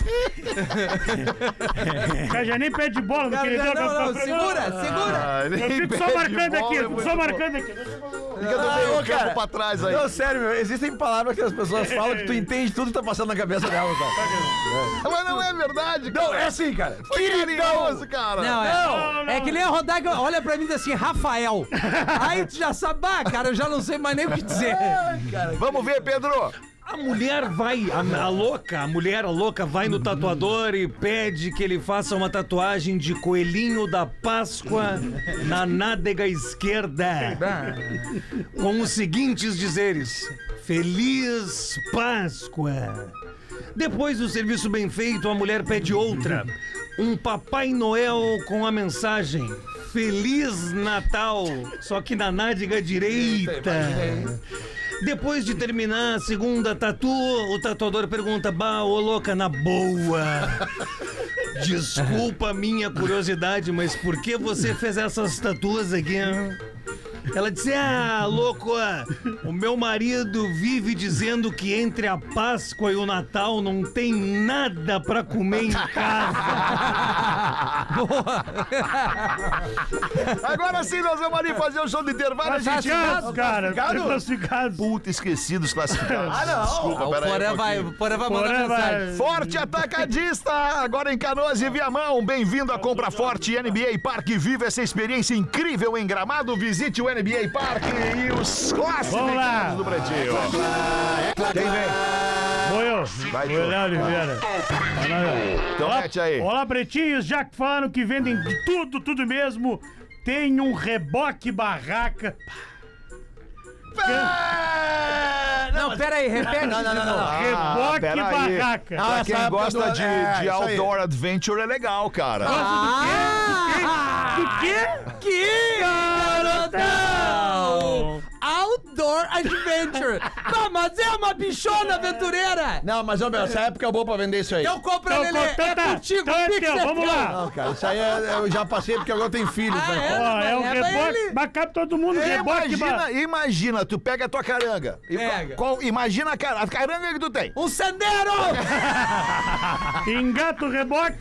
S5: O cara já nem pede bola no
S7: Cara,
S5: queridão. tá que
S7: já-
S5: eu
S7: não, não,
S5: tô-
S7: segura, segura.
S4: Ah, nem
S5: Eu fico só
S4: pede
S5: marcando
S4: bola,
S5: aqui,
S4: é
S5: eu fico
S4: muito
S5: só
S4: bom.
S5: marcando aqui. deixa eu-
S4: Fica do meio campo pra trás aí.
S6: Não, sério, meu, existem palavras que as pessoas falam que tu entende tudo que tá passando na cabeça delas, cara.
S4: Mas não é verdade, cara.
S6: Não, é assim, cara.
S4: Queridão, cara.
S7: Não, é.
S5: Não, não.
S7: É que nem a Rodaica olha pra mim e diz assim, Rafael. Aí tu já sabe, ah, cara, eu já não sei mais nem o que dizer.
S4: Vamos ver, Pedro.
S8: A mulher vai, a, a louca, a mulher a louca vai no tatuador e pede que ele faça uma tatuagem de coelhinho da Páscoa na nádega esquerda. Com os seguintes dizeres: Feliz Páscoa. Depois do serviço bem feito, a mulher pede outra. Um Papai Noel com a mensagem Feliz Natal, só que na nádega direita. Depois de terminar a segunda tatu, o tatuador pergunta: Bah, ô louca, na boa. Desculpa a minha curiosidade, mas por que você fez essas tatuas aqui? hein?" Ela disse: Ah, louco, ah, o meu marido vive dizendo que entre a Páscoa e o Natal não tem nada pra comer em casa.
S4: Agora sim nós vamos ali fazer o show de intervalo.
S5: tá
S4: A gente...
S5: Classificados, cara.
S6: Classificado?
S5: Classificados.
S4: Puta, esqueci dos classificados. Ah, não.
S7: Ah,
S4: Desculpa,
S7: o
S4: peraí.
S7: Porã
S4: um
S7: vai,
S4: pouquinho.
S7: o Porã vai mandar
S5: Porã vai-
S7: mensagem.
S4: Forte Atacadista, agora em Canoas e Viamão. Bem-vindo à Compra Forte NBA Parque. Viva essa experiência incrível em Gramado. Visite o NBA Park e os
S5: Vamos lá.
S4: classificados do Pretinho. Quem vem?
S5: Vou eu.
S4: Vai,
S5: Vou
S4: Diogo.
S5: Léo Oliveira. Vai lá, Léo.
S4: Então
S5: Olá,
S4: mete aí.
S5: Olá, pretinhos, já que falaram que vendem de tudo, tudo mesmo. Tem um reboque barraca.
S7: Não, pera aí, repete.
S6: Não, não, não, não.
S4: Ah,
S6: não.
S5: reboque
S4: pera aí.
S5: barraca.
S6: Ah,
S4: Pra
S6: essa
S4: quem
S6: época
S4: gosta
S6: do-
S4: de,
S6: é,
S4: de
S6: isso aí.
S4: outdoor adventure é legal, cara.
S7: Ah,
S4: Ah,
S5: Do quê?
S7: Que garotão! Outdoor Adventure! Não, mas é uma bichona aventureira!
S6: Não, mas, ô, meu, essa época é boa pra vender isso aí.
S7: Eu compro
S5: Então,
S7: a Lelê,
S5: então
S7: é
S5: tá.
S7: contigo,
S5: Então é
S7: Pix
S5: teu,
S7: é
S5: vamos
S7: teu.
S5: lá.
S6: Não, cara, isso aí é- eu já passei porque agora eu tenho filhos.
S7: Ah,
S6: né?
S7: é?
S5: Ó, é um
S7: Leva
S5: reboque.
S7: ele.
S5: Mas cabe todo mundo, reboque
S4: Imagina,
S5: barraca.
S4: imagina, tu pega a tua caranga. E
S7: Pega.
S4: qual- imagina a, cara, a caranga que tu tem.
S7: Um sandeiro!
S5: Engata o reboque. Engata o reboque. barraca.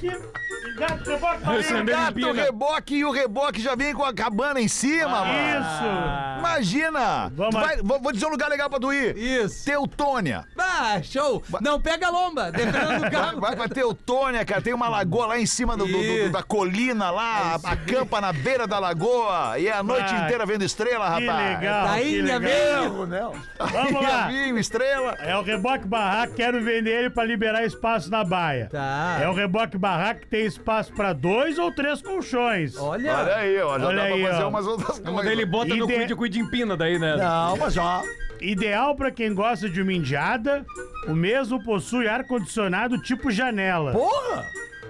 S4: Gata o reboque e o reboque já vem com a cabana em cima, mano.
S5: Isso.
S4: Imagina!
S5: Vamos
S4: Tu
S5: lá.
S4: vai- vou, vou dizer um lugar legal pra tu ir.
S7: Isso.
S4: Teutônia.
S7: Ah, show! Não pega a lomba, dependendo do
S4: Vai,
S7: carro.
S4: vai pra Teutônia, cara. Tem uma lagoa lá em cima do- do- do- da colina lá, acampa na beira da lagoa e é a noite
S5: É Vai.
S4: inteira vendo estrela, Ah, rapaz.
S5: Que
S7: Tá
S5: legal. que
S7: Tainha,
S5: legal.
S7: veio!
S4: né?
S5: Vamos lá.
S4: Vinho, estrela.
S5: É o reboque barraco, quero vender ele pra liberar espaço na baia.
S7: Tá.
S5: É o reboque barraco que tem espaço pra dois ou três colchões.
S4: Olha
S7: Olha!
S4: aí, ó. Já
S5: Olha
S4: dá
S5: aí,
S4: pra fazer
S5: ó.
S4: umas outras
S8: Mas
S4: coisas.
S8: daí ele bota no
S5: Ide-
S8: cu de cu de empina daí, né?
S6: Não, mas ó.
S5: Ideal pra quem gosta de uma indiada, o mesmo possui ar-condicionado tipo janela.
S6: Porra!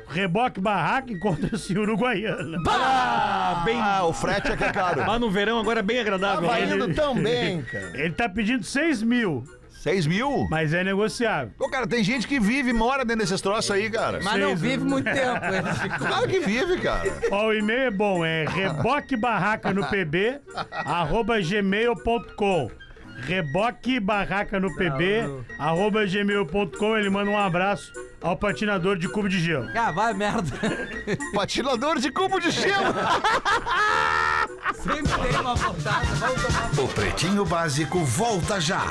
S5: Reboque barraco encontra-se em Uruguaiana.
S8: Ah, bem.
S4: Ah, o frete é que é caro.
S8: Lá no verão agora é bem agradável.
S6: Vai
S8: né?
S6: indo tão bem, tá cara.
S5: Ele tá pedindo 6 mil,
S4: 6 mil?
S5: mas é negociável.
S4: Ô, cara, tem gente que vive e mora dentro desses troços aí, cara.
S7: Mas não
S5: Seis,
S7: vive muito tempo. Ele ficou...
S4: Claro que vive, cara.
S5: Ó, o e-mail é bom, é reboque barraca no pb, arroba gmail.com. Reboque barraca no pb, arroba gmail.com. Ele manda um abraço ao patinador de cubo de gelo.
S7: Ah, vai merda.
S4: Patinador de cubo de gelo.
S7: Sempre tem uma vontade. Vamos tomar
S3: O Pretinho Básico volta já.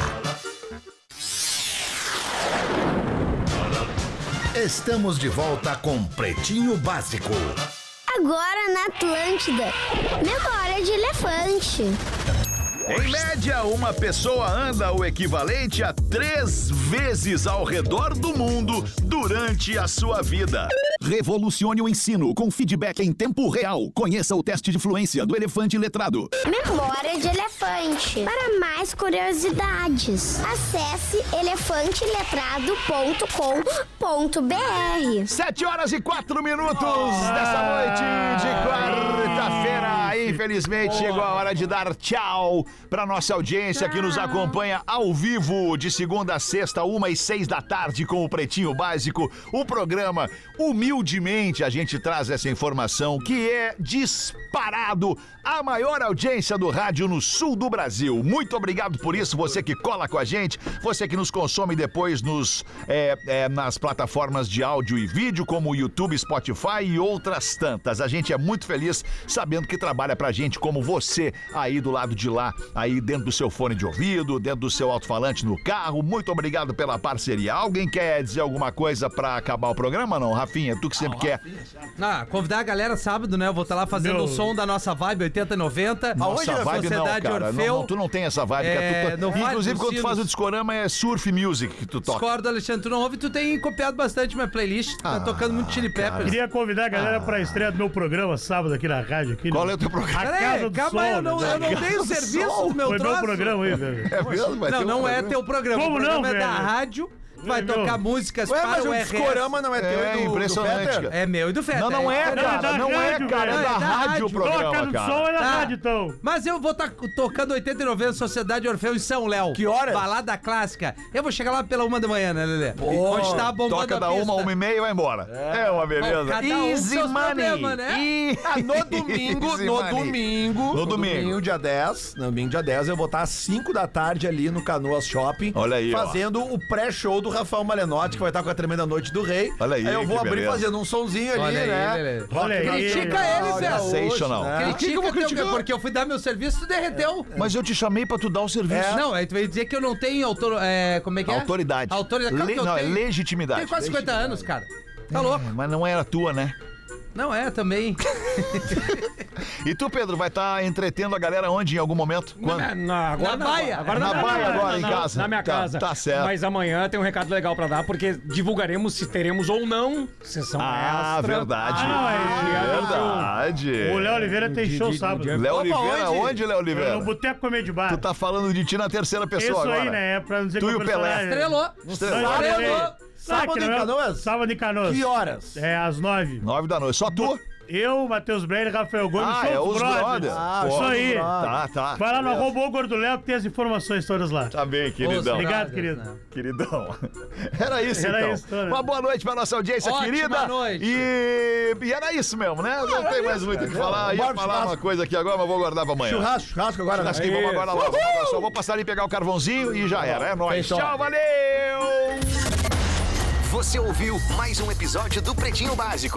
S3: Estamos de volta com Pretinho Básico.
S9: Agora na Atlântida. Memória de elefante.
S4: Em média, uma pessoa anda o equivalente a três vezes ao redor do mundo durante a sua vida. Revolucione o ensino com feedback em tempo real. Conheça o teste de fluência do elefante letrado.
S9: Memória de elefante. Para mais curiosidades, acesse elefanteletrado.com.br.
S4: Sete horas e quatro minutos dessa noite de quarta-feira. Infelizmente, chegou a hora de dar tchau pra nossa audiência que nos acompanha ao vivo de segunda a sexta, uma e seis da tarde com o Pretinho Básico. O programa, humildemente, a gente traz essa informação que é disparado a maior audiência do rádio no sul do Brasil. Muito obrigado por isso, você que cola com a gente, você que nos consome depois nos, é, é, nas plataformas de áudio e vídeo, como o YouTube, Spotify e outras tantas. A gente é muito feliz sabendo que trabalha pra gente como você aí do lado de lá, aí dentro do seu fone de ouvido, dentro do seu alto-falante no carro. Muito obrigado pela parceria. Alguém quer dizer alguma coisa pra acabar o programa? Não, Rafinha, tu que sempre quer.
S7: Ah, convidar a galera sábado, né? Eu vou estar lá fazendo
S5: Meu.
S7: o som da nossa vibe 80 e 90.
S4: Nossa
S7: na
S4: vibe não,
S7: é Sociedade
S4: cara.
S7: Orfeu.
S4: Não, não, tu não tem essa vibe. cara.
S7: É,
S4: Tu to-
S7: não faz
S4: Inclusive,
S7: dos
S4: quando tu faz o
S7: sinos.
S4: discorama, é surf music que tu toca.
S7: Discordo, Alexandre, tu não ouve, tu tem copiado bastante minha playlist,
S4: Ah,
S7: tá tocando muito Chili Peppers.
S5: Queria convidar a galera pra estreia do meu programa sábado aqui na rádio. Aqui
S4: Qual
S5: no-
S4: é o teu programa?
S5: A
S7: Peraí,
S5: Casa do
S7: calma
S5: Sol.
S7: aí, eu não,
S5: né?
S7: eu não dei o serviço do meu
S5: Foi meu
S7: troço.
S5: programa aí, velho.
S4: É mesmo? Vai
S7: Não,
S4: ter um
S7: não é
S4: programa?
S7: teu programa,
S5: Como
S7: o programa
S5: não,
S7: é da
S5: velho?
S7: rádio, vai
S5: Não é
S7: tocar
S5: meu.
S7: músicas
S6: Ué, mas
S7: para o
S6: o
S7: RS.
S6: discorama não é teu
S4: É
S6: e do- do
S4: impressionante,
S6: Fetter?
S4: cara.
S7: É meu e do Feta.
S4: Não, não é, cara.
S5: da
S4: Não é,
S5: rádio,
S4: cara. É
S5: velho.
S4: da
S7: É da
S4: rádio o
S7: rádio.
S5: Não, a Casa
S4: programa,
S5: do Sol
S4: cara.
S5: é na
S7: Tá.
S5: rádio, então.
S7: Mas eu vou estar tocando 80 e 90 Sociedade Orfeu em São Léo.
S6: Que horas?
S7: Balada clássica. Eu vou chegar lá pela uma da manhã, né, Lelê? Onde tá bombando
S4: Toca
S7: a
S4: da
S7: pista.
S4: uma, uma e meia e vai embora. É, uma beleza.
S7: Bom, cada um com seus problemas, né?
S4: E...
S6: Ah, no domingo,
S4: Easy
S6: no
S4: money.
S6: domingo.
S4: No domingo.
S6: dia 10. No domingo, dia 10, eu vou estar às 5 da tarde ali no Canoas Shopping.
S4: Olha aí, ó.
S6: Fazendo o pré-show do Rafael Malenotti, que vai estar com a tremenda noite do rei.
S4: Olha aí,
S6: Aí eu vou
S4: que
S6: abrir
S4: beleza.
S6: fazendo um sonzinho ali,
S7: Olha aí,
S6: né?
S7: Lelê.
S6: Rock
S5: Olha aí.
S6: Brasil.
S7: Critica ele, Zé.
S4: Sensacional.
S6: Hoje, né?
S7: Critica,
S4: Ah, que que eu vou
S7: teu-
S4: criticar?
S7: porque eu fui dar meu serviço tu derreteu.
S4: Mas eu te chamei pra tu dar o serviço.
S6: É.
S7: Não, aí tu veio dizer que eu não tenho autor... é, como é que é?
S4: Autoridade.
S7: Autoridade. Claro
S4: Le-
S7: que eu
S4: Não, é
S7: tenho.
S4: legitimidade.
S7: Tenho quase 50 anos, cara. Tá louco?
S4: Mas não era tua, né?
S7: Não é também.
S4: E tu, Pedro, vai estar entretendo a galera onde em algum momento? Quando?
S8: Na, na, agora,
S7: Na baia.
S8: Agora
S4: Na baia agora, em casa.
S8: Na minha
S4: Tá,
S8: casa.
S4: tá certo.
S8: Mas amanhã tem um recado legal pra dar, porque divulgaremos se teremos ou não sessão
S4: Ah,
S8: extra.
S4: verdade.
S8: Ah,
S4: verdade.
S5: O Léo Oliveira tem show sábado.
S4: Léo Oliveira, onde, Léo
S5: É
S4: Oliveira?
S5: No Boteco Comédia Bar.
S4: Tu tá falando de ti na terceira pessoa
S5: Isso
S4: agora.
S5: aí, né? É pra não dizer
S4: Tu
S5: que
S4: e
S5: é
S4: o
S5: personagem.
S4: Pelé.
S7: Estrelou.
S4: Estrelou.
S5: Não,
S7: Estrelou.
S5: não, não.
S6: Sábado em
S5: não é?
S6: Canoas?
S5: Sábado em Canoas.
S6: Que horas?
S5: É, às nove.
S4: Nove da noite. Só tu?
S5: Eu, Matheus Breyer, Rafael Gomes,
S4: Ah,
S5: show
S4: é os brothers.
S6: Ah,
S5: Isso
S4: Pô,
S5: aí.
S4: Tá, tá.
S5: Vai lá no
S4: Beleza.
S5: arroba o Gordo Léo que tem as informações todas lá.
S4: Tá bem,
S7: Os
S4: queridão.
S5: Obrigado,
S7: brothers,
S5: querido.
S7: né?
S4: Queridão. Era isso,
S5: Era
S4: então.
S5: isso, né?
S4: Uma boa noite pra nossa audiência
S7: Ótima
S4: querida.
S7: noite.
S4: E... e era isso mesmo, né? Não tem mais muito o que falar. Ia
S6: Bora,
S4: falar uma
S6: churrasco.
S4: coisa aqui agora, mas vou guardar pra amanhã.
S6: Churrasco, churrasco agora. né?
S4: Acho que vamos agora lá. Só vou passar ali pegar o carvãozinho e já era. É nóis.
S6: Fechou.
S4: Tchau, valeu!
S1: Você ouviu mais um episódio do Pretinho Básico.